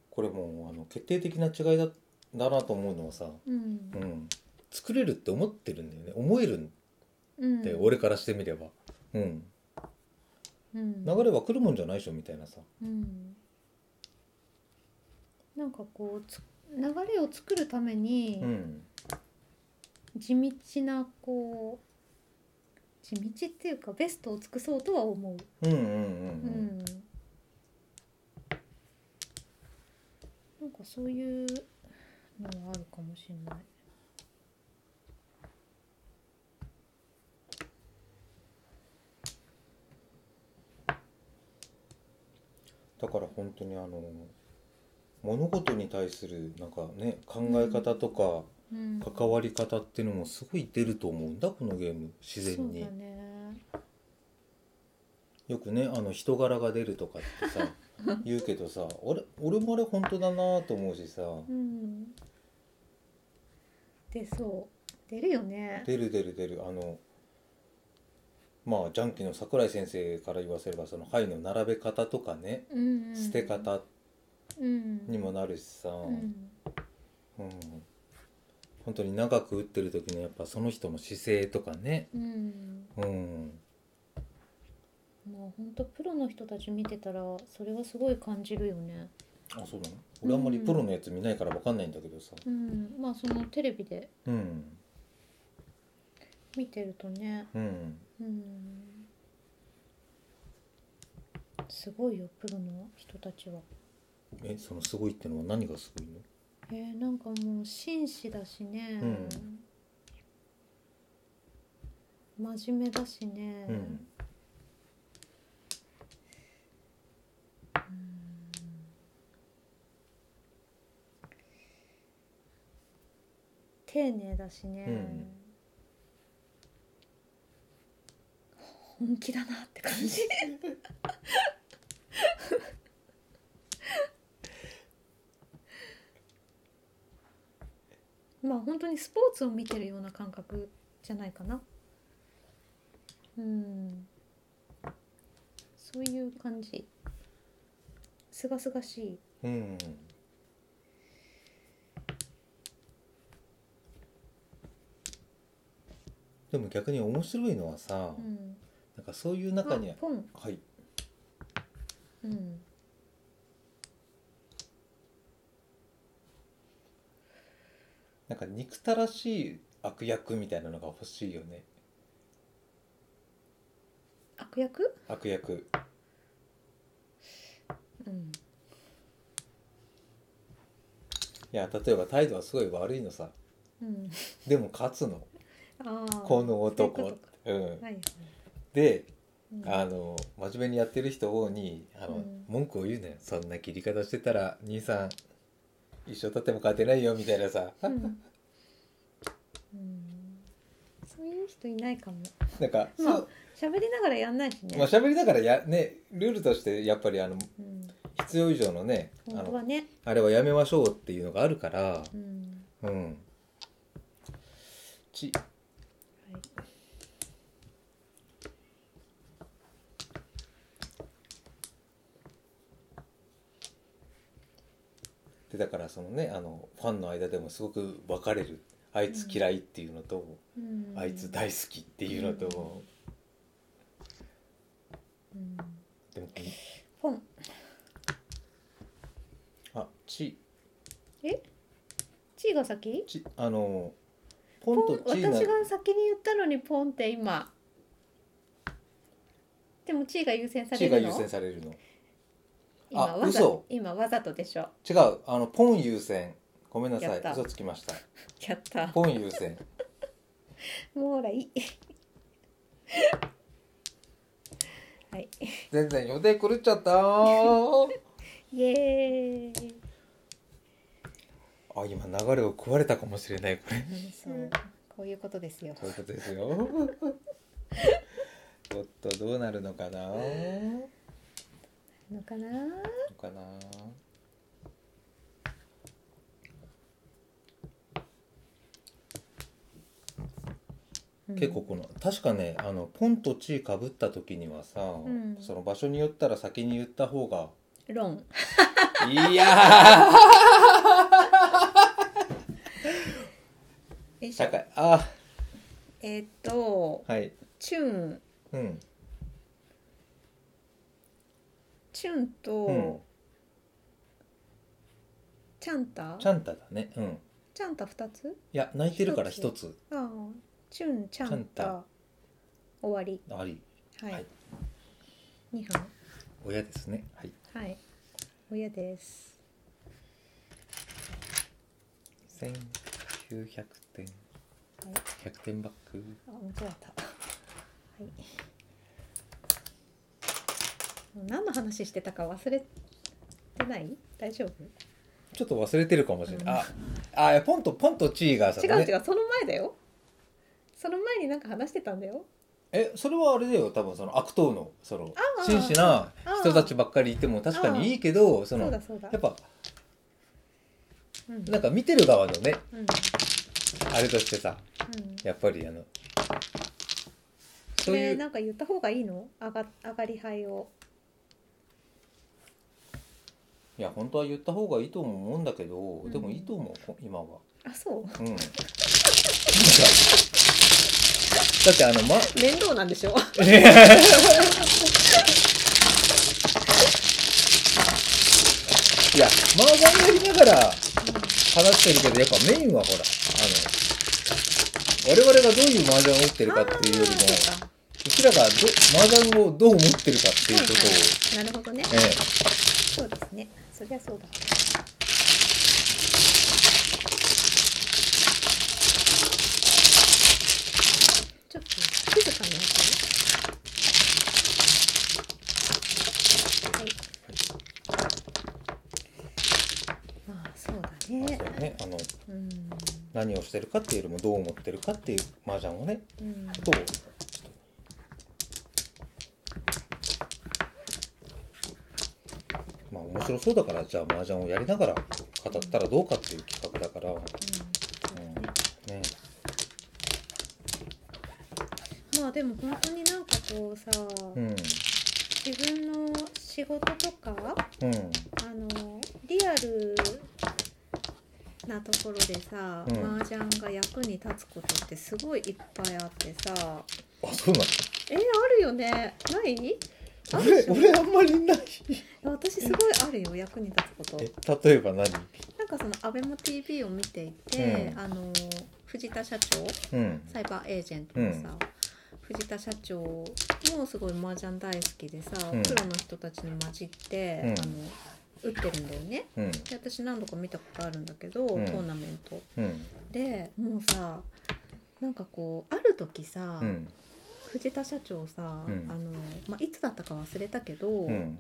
Speaker 1: これもうあの決定的な違いだだなと思うのはさ、
Speaker 2: うん
Speaker 1: うん、作れるって思ってるんだよね思えるん
Speaker 2: うん
Speaker 1: で、俺からしてみれば、うん、
Speaker 2: うん
Speaker 1: 流れは来るもんじゃないでしょみたいなさ
Speaker 2: うんなんかこうつ流れを作るために
Speaker 1: うん
Speaker 2: 地道なこう地道っていうかベストを尽くそうとは思う
Speaker 1: うんうんう
Speaker 2: う
Speaker 1: んうん
Speaker 2: んなんかそういうのはあるかもしれない。
Speaker 1: だから本当にあの物事に対するなんかね考え方と
Speaker 2: うん、
Speaker 1: か関わり方っていうのもすごい出ると思うんだこのゲーム自然に
Speaker 2: そうだね。
Speaker 1: よくねあの人柄が出るとかってさ 言うけどさ俺俺もあれ本当だなと思うしさ
Speaker 2: うん。出そう。出るよね。
Speaker 1: 出る出る出るあのまあジャンキーの桜井先生から言わせればその牌の並べ方とかね
Speaker 2: うんうん、
Speaker 1: 捨て方
Speaker 2: うん
Speaker 1: にもなるしさ、
Speaker 2: うん
Speaker 1: うん、本当に長く打ってる時のやっぱその人の姿勢とかね
Speaker 2: うん、
Speaker 1: うん
Speaker 2: もう本当プロの人たち見てたらそれはすごい感じるよね。
Speaker 1: あそうだね俺あんまりプロのやつ見ないから分かんないんだけどさ
Speaker 2: うん、まあそのテレビで
Speaker 1: うん
Speaker 2: 見てるとね、
Speaker 1: うん
Speaker 2: うん、すごいよプロの人たちは。
Speaker 1: えそのすごいってのは何がすごいの
Speaker 2: えー、なんかもう紳士だしね、真面目だしね、
Speaker 1: うん
Speaker 2: 丁寧だしね、
Speaker 1: うん
Speaker 2: 本気だなって感 じまあ本当にスポーツを見てるような感覚じゃないかなうんそういう感じすがすがしい
Speaker 1: うんでも逆に面白いのはさ、
Speaker 2: うん
Speaker 1: なんかそういう中に
Speaker 2: あポン
Speaker 1: はい
Speaker 2: うん
Speaker 1: なんか憎たらしい悪役みたいなのが欲しいよね
Speaker 2: 悪役
Speaker 1: 悪役
Speaker 2: うん
Speaker 1: いや例えば態度はすごい悪いのさ
Speaker 2: うん
Speaker 1: でも勝つの
Speaker 2: ああ
Speaker 1: この
Speaker 2: そ
Speaker 1: 男
Speaker 2: ういう
Speaker 1: う
Speaker 2: ことか
Speaker 1: ん
Speaker 2: はいはい
Speaker 1: で
Speaker 2: うん
Speaker 1: あの真面目にやってる人にあの、
Speaker 2: うん
Speaker 1: 文句を言うなよそんな切り方してたら兄さん一生経っても勝てないよみたいなさ、
Speaker 2: うんうんそういう人いないかも
Speaker 1: なんかそう、
Speaker 2: まあ喋りながらやんないしね
Speaker 1: まあ、喋りながらやねルールとしてやっぱりあの
Speaker 2: うん
Speaker 1: 必要以上のねあ
Speaker 2: 本当
Speaker 1: の
Speaker 2: はね、
Speaker 1: あれはやめましょうっていうのがあるから
Speaker 2: うん
Speaker 1: うんち
Speaker 2: はい、
Speaker 1: でだからそのねあのファンの間でもすごく分かれるあいつ嫌いっていうのと、
Speaker 2: うん
Speaker 1: あいつ大好きっていうのと、
Speaker 2: うん
Speaker 1: でも
Speaker 2: ポン
Speaker 1: あち
Speaker 2: チーが先
Speaker 1: ちあのポ
Speaker 2: ポ
Speaker 1: ンと
Speaker 2: ン
Speaker 1: チ
Speaker 2: 私
Speaker 1: ーな
Speaker 2: が先に言ったのにポンって今でもチーが優先さ
Speaker 1: チ
Speaker 2: れ
Speaker 1: ーが
Speaker 2: る
Speaker 1: 優
Speaker 2: の
Speaker 1: 先されるの
Speaker 2: 今
Speaker 1: あ
Speaker 2: わざ
Speaker 1: 嘘
Speaker 2: 今わざとでしょ
Speaker 1: 違うあのポン優先ごめんなさ
Speaker 2: や
Speaker 1: い
Speaker 2: った
Speaker 1: 嘘つきました
Speaker 2: やった
Speaker 1: ポン優先
Speaker 2: もうほらいい はい
Speaker 1: 全然予定狂っちゃった ー
Speaker 2: イエーイ
Speaker 1: あ今流れを食われたかもしれないこれ
Speaker 2: そうこういうことですよ
Speaker 1: そういうことですよ おっとどうなるのかな
Speaker 2: のかな
Speaker 1: のかな結構この確かねあのポンとチーかぶった時にはさ、
Speaker 2: ん
Speaker 1: その場所によったら先に言った方 が
Speaker 2: うんロン
Speaker 1: いやー
Speaker 2: よいしょ
Speaker 1: 社会あ
Speaker 2: えーっと
Speaker 1: はい
Speaker 2: チュン
Speaker 1: うん
Speaker 2: チュンと、
Speaker 1: うん
Speaker 2: チャンタ
Speaker 1: チャンタだねうん
Speaker 2: チャンタ二つ
Speaker 1: いや泣いてるから一
Speaker 2: 一
Speaker 1: つ
Speaker 2: ああチュンチャンタ
Speaker 1: チャンタ
Speaker 2: 終わり
Speaker 1: あり
Speaker 2: は
Speaker 1: はいい、
Speaker 2: 二班
Speaker 1: 親ですねはい
Speaker 2: はい親です
Speaker 1: 1900点
Speaker 2: はい
Speaker 1: 100点バック
Speaker 2: あ間違えたはいもう何の話してたか忘れてない大丈夫
Speaker 1: ちょっと忘れてるかもしれない、ああいやポンとポンとチーがさ、
Speaker 2: 違
Speaker 1: ね、
Speaker 2: う違うその前だよその前になんか話してたんだよ
Speaker 1: えそれはあれだよ多分その悪党のその
Speaker 2: あー
Speaker 1: 真摯な人たちばっかりいても確かにいいけどそ
Speaker 2: そう
Speaker 1: の
Speaker 2: だそうだ
Speaker 1: やっぱ
Speaker 2: うんうん
Speaker 1: なんか見てる側のね
Speaker 2: うん
Speaker 1: あれとしてさやっぱりあの
Speaker 2: こ
Speaker 1: そうい
Speaker 2: れ
Speaker 1: う
Speaker 2: なんか言った方がいいの上が上がり牌を
Speaker 1: いや本当は言った方がいいとも思うんだけど、
Speaker 2: ん
Speaker 1: でもいいと思うこ今は
Speaker 2: あそう
Speaker 1: うんなんかだってあのま
Speaker 2: 面倒なんで しょ
Speaker 1: いや麻雀やりながら話してるけどやっぱメインはほらあの我々がどういう麻雀を打ってるかっていうよりも
Speaker 2: そうか
Speaker 1: うちらがど麻雀をどう思ってるかっていうことを、
Speaker 2: なるほどね
Speaker 1: ええ
Speaker 2: そうですねそりゃそうだちょっと静かにやってねはいまあそうだね
Speaker 1: そうねあの
Speaker 2: うん
Speaker 1: 何をしてるかっていうよりもどう思ってるかっていう麻雀をね
Speaker 2: うん
Speaker 1: とまあ面白そうだからじゃあ麻雀をやりながら語ったらどうかっていう企画だから、うんね、
Speaker 2: まあでも本当になんかこうさ、
Speaker 1: うん
Speaker 2: 自分の仕事とか
Speaker 1: うん
Speaker 2: あのリアルなところでさ、
Speaker 1: うん
Speaker 2: 麻雀が役に立つことってすごいいっぱいあってさ
Speaker 1: あそうなの
Speaker 2: えーあるよねないあるで
Speaker 1: 俺
Speaker 2: しょ
Speaker 1: 俺あんまりない
Speaker 2: 私すごいあるよ役に立つこと
Speaker 1: え例えば何
Speaker 2: なんかその「アベモ t v を見ていて、
Speaker 1: うん
Speaker 2: あの藤田社長
Speaker 1: うん
Speaker 2: サイバーエージェントのさ、藤田社長もすごい麻雀大好きでさ、
Speaker 1: うん
Speaker 2: プロの人たちに混じって、
Speaker 1: う
Speaker 2: あ
Speaker 1: ん
Speaker 2: の打ってるんだよね
Speaker 1: うん
Speaker 2: で私何度か見たことあるんだけど、
Speaker 1: ん
Speaker 2: トーナメント
Speaker 1: うん
Speaker 2: でもうさなんかこうある時さ、
Speaker 1: うん
Speaker 2: 藤田社長さ、
Speaker 1: うん
Speaker 2: あのまあ、いつだったか忘れたけど、
Speaker 1: うん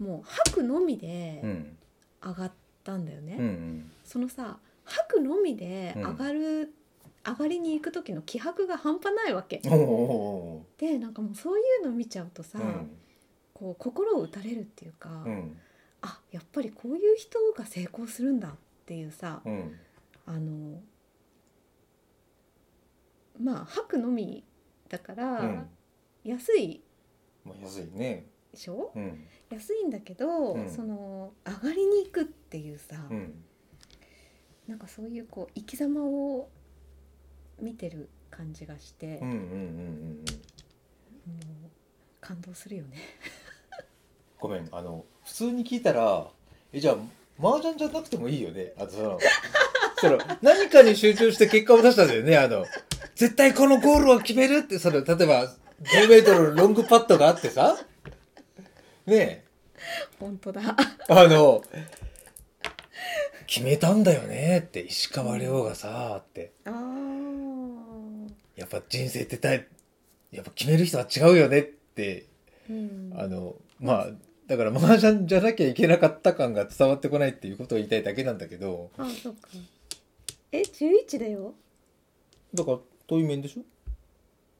Speaker 2: もう吐くのみで
Speaker 1: うん
Speaker 2: 上がったんだよね、
Speaker 1: うん
Speaker 2: そのさ吐くのみで上がる、上がりに行く時の気迫が半端ないわけ
Speaker 1: おーお
Speaker 2: でなんかもうそういうの見ちゃうとさ、
Speaker 1: ーおーうん
Speaker 2: こう心を打たれるっていうか、
Speaker 1: うん
Speaker 2: あやっぱりこういう人が成功するんだっていうさ
Speaker 1: うん
Speaker 2: あのまあ吐くのみだから、
Speaker 1: うん
Speaker 2: 安い
Speaker 1: まあ安いね
Speaker 2: でしょ
Speaker 1: うん
Speaker 2: 安いんだけど、
Speaker 1: うん
Speaker 2: その上がりに行くっていうさ、
Speaker 1: うん
Speaker 2: なんかそういうこう生き様を見てる感じがして、
Speaker 1: うんうんうんうん
Speaker 2: もう感動するよね。
Speaker 1: ごめんあの普通に聞いたらえじゃあ麻雀じゃなくてもいいよねあとその その何かに集中して結果を出したんだよねあの絶対このゴールを決めるってその例えば10メートルのロングパットがあってさねえ
Speaker 2: 本当 だ。
Speaker 1: あの決めたんだよねって石川遼がさって
Speaker 2: あー
Speaker 1: やっぱ人生って大やっぱ決める人は違うよねって
Speaker 2: うん、
Speaker 1: あのまあだから麻雀じゃなきゃいけなかった感が伝わってこないっていうことを言いたいだけなんだけど
Speaker 2: あそうかえ十一だよ
Speaker 1: だから対面でしょ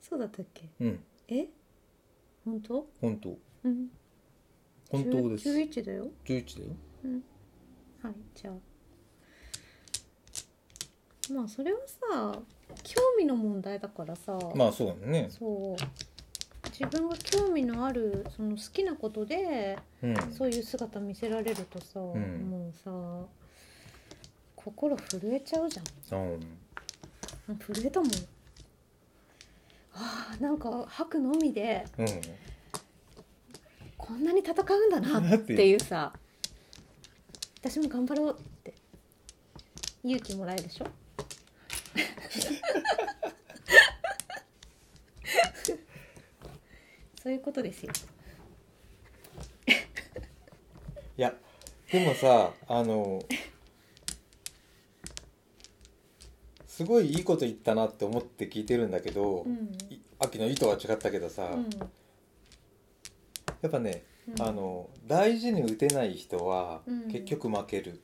Speaker 2: そうだったっけ
Speaker 1: うん
Speaker 2: え本当
Speaker 1: 本当
Speaker 2: うん
Speaker 1: 本当です
Speaker 2: 十一だよ
Speaker 1: 11だよ
Speaker 2: はいじゃあまあそれはさ興味の問題だからさ、
Speaker 1: まあそうだね
Speaker 2: そう自分が興味のあるその好きなことで
Speaker 1: うん
Speaker 2: そういう姿見せられるとさ、
Speaker 1: ん
Speaker 2: もうさ心震えちゃうじゃん
Speaker 1: う
Speaker 2: もう
Speaker 1: ん
Speaker 2: 震えたもんあーなんか吐くのみで
Speaker 1: うん
Speaker 2: こんなに戦うんだ なっていうさ私も頑張ろうって勇気もらえるでし ょそういうことですよ
Speaker 1: いやでもさあのすごいいいこと言ったなって思って聞いてるんだけど、
Speaker 2: うん
Speaker 1: い秋の意図は違ったけどさ、
Speaker 2: うん
Speaker 1: やっぱね、
Speaker 2: うん
Speaker 1: あの大事に打てない人は
Speaker 2: うん
Speaker 1: 結局負ける、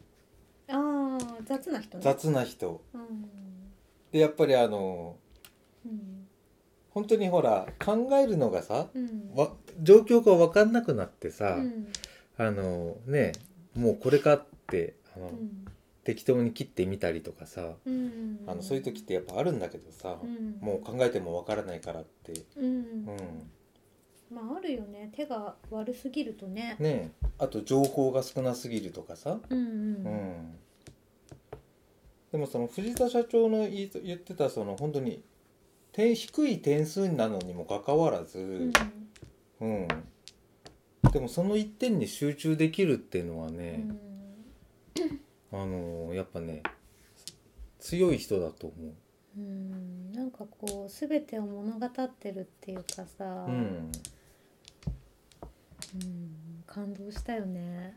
Speaker 2: あー雑な人ね
Speaker 1: 雑な人
Speaker 2: うん
Speaker 1: でやっぱりあの
Speaker 2: うん
Speaker 1: 本当にほら考えるのがさ
Speaker 2: うん
Speaker 1: わ状況が分かんなくなってさ、
Speaker 2: うん
Speaker 1: あのねもうこれかってあの、
Speaker 2: うん
Speaker 1: 適当に切ってみたりとかさ
Speaker 2: うん
Speaker 1: あのそういう時ってやっぱあるんだけどさ、
Speaker 2: うん
Speaker 1: もう考えても分からないからって、
Speaker 2: うん
Speaker 1: うん、
Speaker 2: まああるよね手が悪すぎるとね
Speaker 1: ねえあと情報が少なすぎるとかさ、
Speaker 2: うん
Speaker 1: う
Speaker 2: うん
Speaker 1: ん、でもその藤田社長の言い言ってたその本当に点低い点数なのにもかかわらず、うんでもその一点に集中できるっていうのは
Speaker 2: う
Speaker 1: ね、
Speaker 2: ん
Speaker 1: あのーやっぱね強い人だと思
Speaker 2: うんなんかこう全てを物語ってるっていうかさ、
Speaker 1: う、うん、
Speaker 2: うん感動したよ ね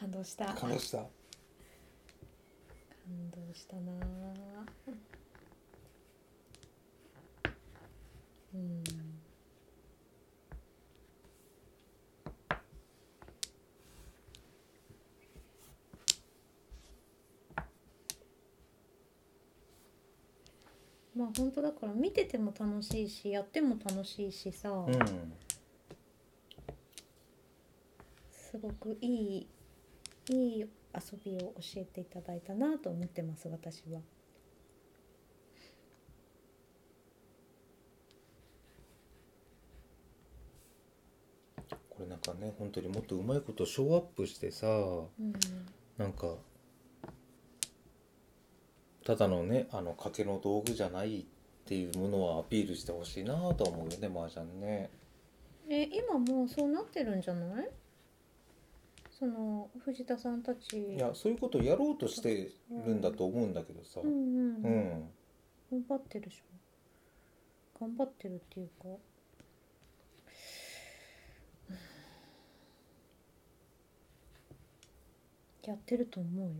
Speaker 2: 感動した
Speaker 1: 感動した
Speaker 2: 感動したなあうんまあ本当だから見てても楽しいしやっても楽しいしさ、
Speaker 1: うん
Speaker 2: すごくいいいい遊びを教えていただいたなと思ってます私は。
Speaker 1: これなんかね本当にもっとうまいことショーアップしてさ
Speaker 2: うん
Speaker 1: なんかただのねあの賭けの道具じゃないっていうものはアピールしてほしいなとは思うよね麻雀ね
Speaker 2: え今もうそうなってるんじゃないその藤田さんたち
Speaker 1: いやそういうことをやろうとしてるんだと思うんだけどさ
Speaker 2: うんうん、
Speaker 1: うん
Speaker 2: 頑張ってるでしょ頑張ってるっていうかうんやってると思うよ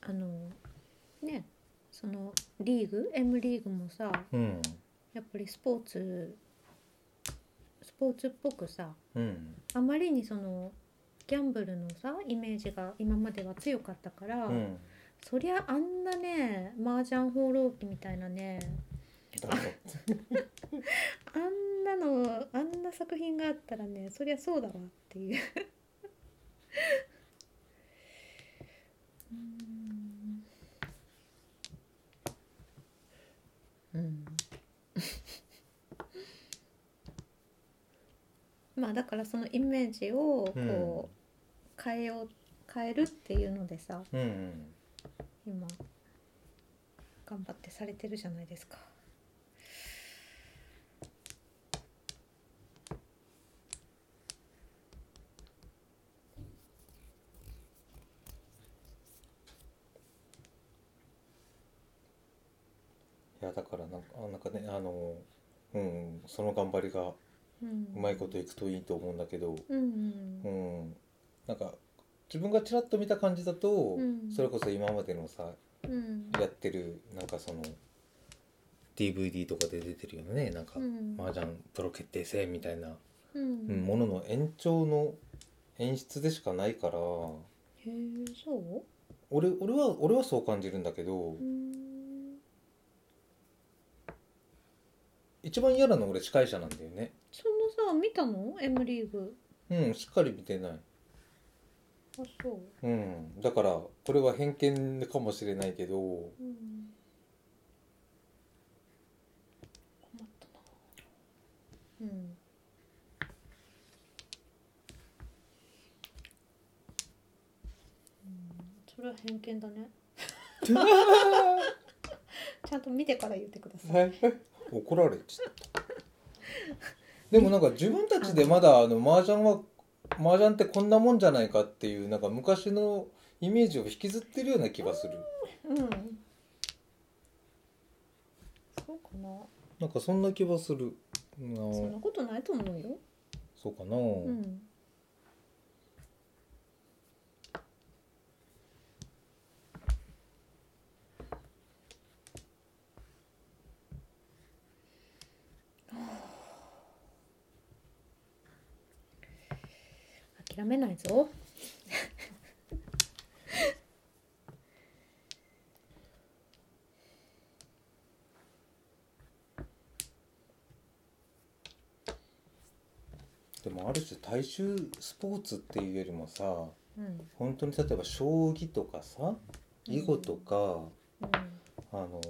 Speaker 2: あのねそのリーグ M リーグもさ
Speaker 1: うん
Speaker 2: やっぱりスポーツスポーツっぽくさ
Speaker 1: うん
Speaker 2: あまりにそのギャンブルのさイメージが今までは強かったから、
Speaker 1: うん
Speaker 2: そりゃあんなね麻雀放浪記みたいなね
Speaker 1: だから
Speaker 2: あんなのあんな作品があったらねそりゃそうだわっていううんうん まあだからそのイメージをこう変えよう変えるっていうのでさ
Speaker 1: うんうん
Speaker 2: 今頑張ってされてるじゃないですか。
Speaker 1: いやだからなんかあなんかねあのうんその頑張りが
Speaker 2: う
Speaker 1: う
Speaker 2: ん、
Speaker 1: まいこといくといいと思うんだけど
Speaker 2: うんう
Speaker 1: うんんなんか自分がちらっと見た感じだと、
Speaker 2: うん
Speaker 1: それこそ今までのさ
Speaker 2: うん
Speaker 1: やってるなんかその DVD とかで出てるよねなんか、
Speaker 2: うん
Speaker 1: 麻雀プロ決定戦みたいな
Speaker 2: うん
Speaker 1: うんものの延長の演出でしかないか
Speaker 2: へ
Speaker 1: ら
Speaker 2: えそ
Speaker 1: 俺俺は俺はそう感じるんだけど、
Speaker 2: ううん
Speaker 1: 一番嫌なの俺司会者なんだよね
Speaker 2: そのさ見たの M リーグ
Speaker 1: うんしっかり見てない
Speaker 2: あそ
Speaker 1: うんだからこれは偏見かもしれないけど
Speaker 2: う、うん、困ったなうんうんそれは偏見だねちゃんと見てから言ってください、
Speaker 1: はい怒られちゃったでもなんか自分たちでまだあの麻雀は麻雀ってこんなもんじゃないかっていうなんか昔のイメージを引きずってるような気がする
Speaker 2: うんそうかな
Speaker 1: なんかそんな気はするな
Speaker 2: そんなことないと思うよ
Speaker 1: そうかな、
Speaker 2: うん諦めないぞ。
Speaker 1: でもある種大衆スポーツっていうよりもさ
Speaker 2: うん。
Speaker 1: 本当に例えば将棋とかさ囲碁とか、
Speaker 2: うん。
Speaker 1: あの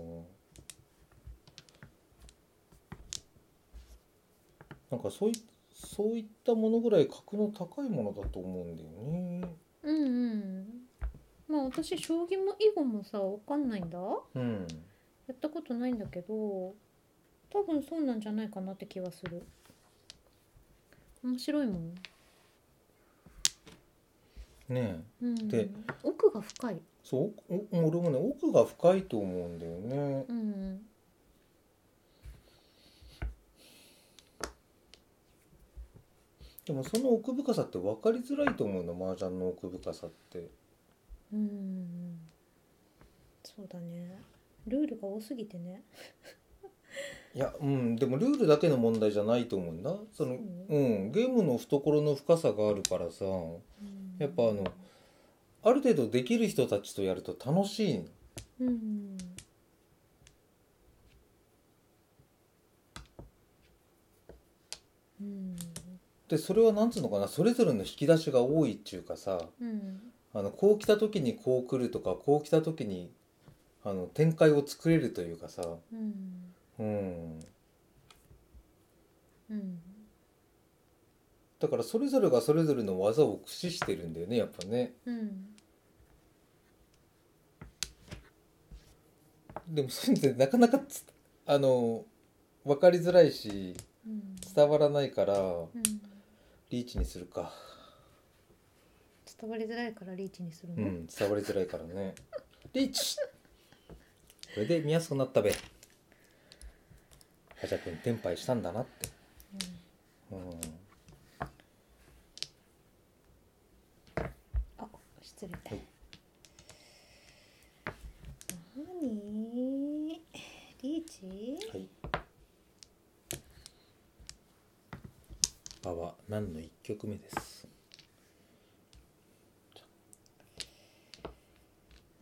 Speaker 1: なんかそういそういったものぐらい格の高いものだと思うんだよね。
Speaker 2: うんうん。まあ私将棋も囲碁もさわかんないんだ。
Speaker 1: うん、
Speaker 2: やったことないんだけど多分そうなんじゃないかなって気はする面白いもん、
Speaker 1: ねえ
Speaker 2: うん、
Speaker 1: で
Speaker 2: 奥が深い、
Speaker 1: そうお俺もね奥が深いと思うんだよね。
Speaker 2: うん、
Speaker 1: でもその奥深さって分かりづらいと思うの麻雀の奥深さって。
Speaker 2: うんそうだねルールが多すぎてね
Speaker 1: いやうんでもルールだけの問題じゃないと思うんだその、
Speaker 2: う
Speaker 1: うん、ゲームの懐の深さがあるからさ
Speaker 2: うん
Speaker 1: やっぱあのある程度できる人たちとやると楽しいの
Speaker 2: うんうん
Speaker 1: でそれはなんつうのかなそれぞれの引き出しが多いっていうかさ
Speaker 2: うん
Speaker 1: あのこう来た時にこう来るとかこう来た時にあの展開を作れるというかさ
Speaker 2: うん
Speaker 1: うん
Speaker 2: うん
Speaker 1: だからそれぞれがそれぞれの技を駆使してるんだよねやっぱね
Speaker 2: うん
Speaker 1: でもそういうのってなかなかつあの分かりづらいし
Speaker 2: うん
Speaker 1: 伝わらないから
Speaker 2: うん
Speaker 1: リーチにするか
Speaker 2: 伝わりづらいからリーチにする
Speaker 1: う
Speaker 2: の、
Speaker 1: ん伝わりづらいからねリーチこれで見やすくなったべはじゃくん転敗したんだなってうん
Speaker 2: あ失礼
Speaker 1: い
Speaker 2: 何リーチ
Speaker 1: はい。バは何の一曲目です。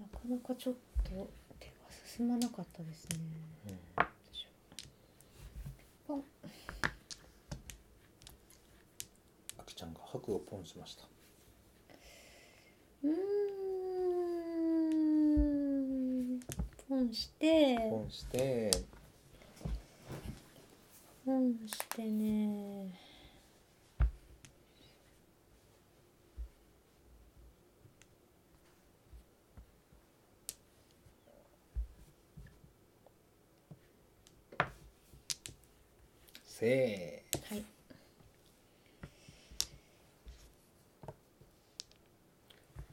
Speaker 2: なかなかちょっと手が進まなかったですね、
Speaker 1: うん
Speaker 2: ポン
Speaker 1: 服をポンしました
Speaker 2: うーんポンして
Speaker 1: ポンして
Speaker 2: ポンしてね
Speaker 1: せー
Speaker 2: はい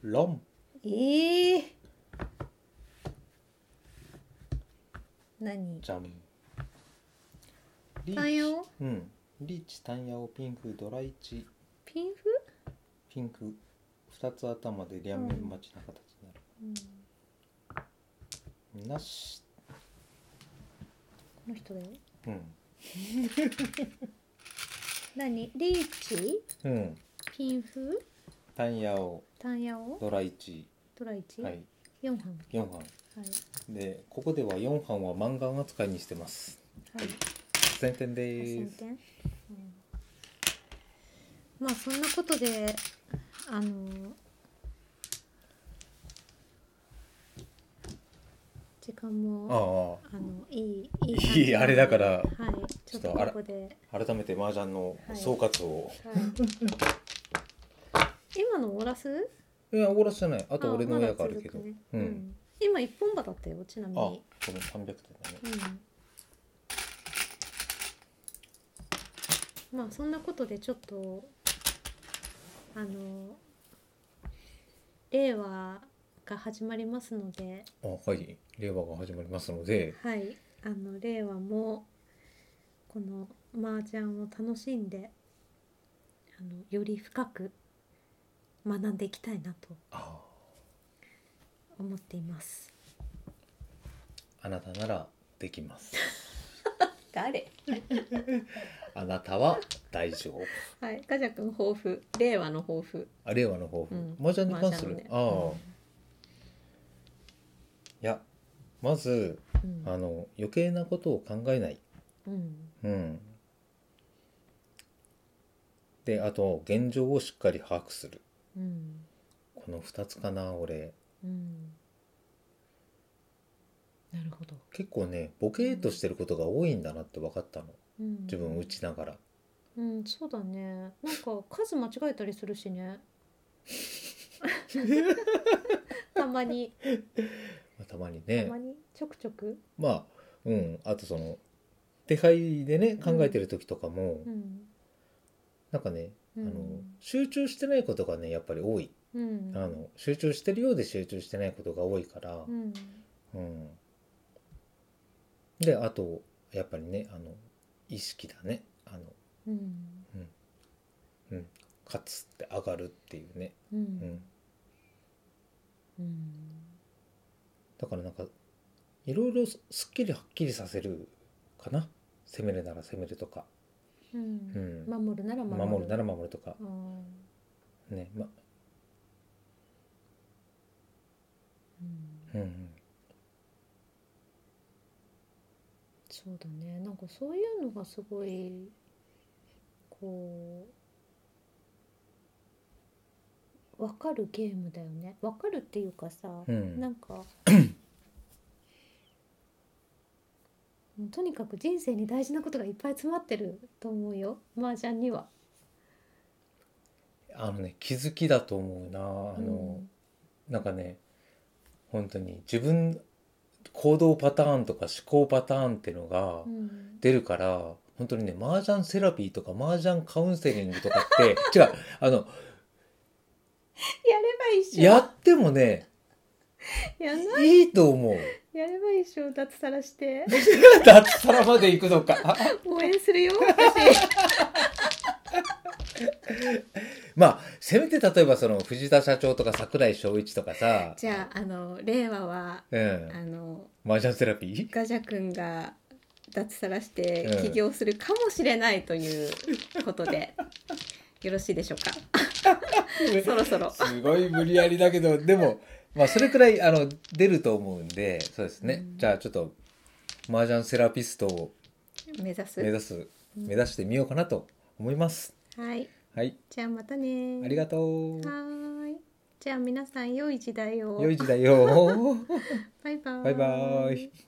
Speaker 1: ロン
Speaker 2: ええ何
Speaker 1: じゃんリ
Speaker 2: タイヤを
Speaker 1: うんリーチタンヤオピンクドライチ
Speaker 2: ピンフ、
Speaker 1: ピンク二つ頭で両面待ちな形になる、
Speaker 2: うん、こ
Speaker 1: なし
Speaker 2: の人だよ
Speaker 1: うん
Speaker 2: 何リーチ
Speaker 1: うん
Speaker 2: ピンフ
Speaker 1: タンヤオ
Speaker 2: タンヤオ
Speaker 1: ドライチ
Speaker 2: ドライチ、
Speaker 1: はい
Speaker 2: 4班
Speaker 1: 4班
Speaker 2: はい
Speaker 1: でここでは4班は漫画扱いにしてます
Speaker 2: はい
Speaker 1: 先点で
Speaker 2: 先
Speaker 1: ーす
Speaker 2: 手、うん、まあそんなことであの時間も
Speaker 1: あ
Speaker 2: あのいいい
Speaker 1: いい
Speaker 2: 感じなので
Speaker 1: あれだから
Speaker 2: はいちょっ
Speaker 1: ちょ
Speaker 2: と
Speaker 1: っとあら
Speaker 2: ここで、
Speaker 1: あ改めて麻雀の総括を、
Speaker 2: はい、今の終わらす
Speaker 1: い、や終わらせてないあ
Speaker 2: あ
Speaker 1: と俺の
Speaker 2: まだ
Speaker 1: 親があるけど、
Speaker 2: 続くね
Speaker 1: う、
Speaker 2: うんん、今一本歯だったよちなみ
Speaker 1: あこ
Speaker 2: に
Speaker 1: の300点だね
Speaker 2: うん、まあそんなことでちょっとあの令和が始まりますので
Speaker 1: あはい令和が始まりますので
Speaker 2: はいあの令和もこの麻雀を楽しんであのより深く学んでいきたいなと
Speaker 1: あ
Speaker 2: 思っています。
Speaker 1: あなたならできます
Speaker 2: 誰
Speaker 1: あなたは大丈夫
Speaker 2: はい、ガジャ君抱負令和の抱負
Speaker 1: あ令和の抱負、
Speaker 2: うん
Speaker 1: 麻雀に関する、
Speaker 2: 麻雀
Speaker 1: ああ、
Speaker 2: の
Speaker 1: いやまず
Speaker 2: うん
Speaker 1: あの余計なことを考えない
Speaker 2: うん
Speaker 1: うんであと現状をしっかり把握する
Speaker 2: うん
Speaker 1: この2つかな俺
Speaker 2: うんなるほど、
Speaker 1: 結構ねボケーっとしてることが多いんだなって分かったの
Speaker 2: うん、
Speaker 1: 自分打ちながら
Speaker 2: うんそうだねなんか数間違えたりするしねたまに
Speaker 1: まあたまに
Speaker 2: た
Speaker 1: ね
Speaker 2: まにちょくちょく
Speaker 1: まあうんあとその手配でね考えてる時とかも、
Speaker 2: うん
Speaker 1: なんかね、
Speaker 2: うん
Speaker 1: あの集中してないことがねやっぱり多い、
Speaker 2: うん
Speaker 1: あの集中してるようで集中してないことが多いから
Speaker 2: う、ん
Speaker 1: うんであとやっぱりねあの意識だねあの
Speaker 2: うん
Speaker 1: 勝つって上がるっていうね、
Speaker 2: う
Speaker 1: うんん、
Speaker 2: うん
Speaker 1: だからなんかいろいろすすっきりはっきりさせるかな攻めるなら攻めるとか、
Speaker 2: う
Speaker 1: うんん、
Speaker 2: 守るなら守る
Speaker 1: 守るなら守るとか
Speaker 2: う、ん
Speaker 1: ねま
Speaker 2: うん
Speaker 1: うんうん、
Speaker 2: そうだねなんかそういうのがすごいこう分かるゲームだよね分かるっていうかさ、
Speaker 1: うん
Speaker 2: なんかもうとにかく人生に大事なことがいっぱい詰まってると思うよ麻雀には。
Speaker 1: あのね気づきだと思うなあ
Speaker 2: う
Speaker 1: の、
Speaker 2: ん
Speaker 1: なんかね本当に自分行動パターンとか思考パターンっていうのが
Speaker 2: うん
Speaker 1: 出るから、本当にね麻雀セラピーとか麻雀カウンセリングとかって 違うあ
Speaker 2: やれ
Speaker 1: の
Speaker 2: ば一生
Speaker 1: やってもね
Speaker 2: やんない
Speaker 1: いと 思う
Speaker 2: やれば一生脱サラ して
Speaker 1: 脱サラまで行くのか
Speaker 2: 応援するよ 私
Speaker 1: まあせめて例えばその藤田社長とか櫻井翔一とかさ、
Speaker 2: じゃああの令和は
Speaker 1: うん、
Speaker 2: あの
Speaker 1: 麻雀セラピ
Speaker 2: ガジャ君が脱サラして
Speaker 1: うん
Speaker 2: 起業するかもしれないということ で、よろしいでしょうか
Speaker 1: ー
Speaker 2: そろそろ
Speaker 1: すごい無理やりだけど、でも、まあ、それくらい、あの、出ると思うんで、そうですね。
Speaker 2: うん
Speaker 1: じゃあ、ちょっと、麻雀セラピストを
Speaker 2: 目指す
Speaker 1: 目指す、
Speaker 2: うん
Speaker 1: 目指してみようかなと思います。
Speaker 2: はい
Speaker 1: はい
Speaker 2: じゃあまたね
Speaker 1: ありがとう
Speaker 2: はーいじゃあ皆さん良い時代を
Speaker 1: 良い時代よ
Speaker 2: バイバーイ
Speaker 1: バイバーイ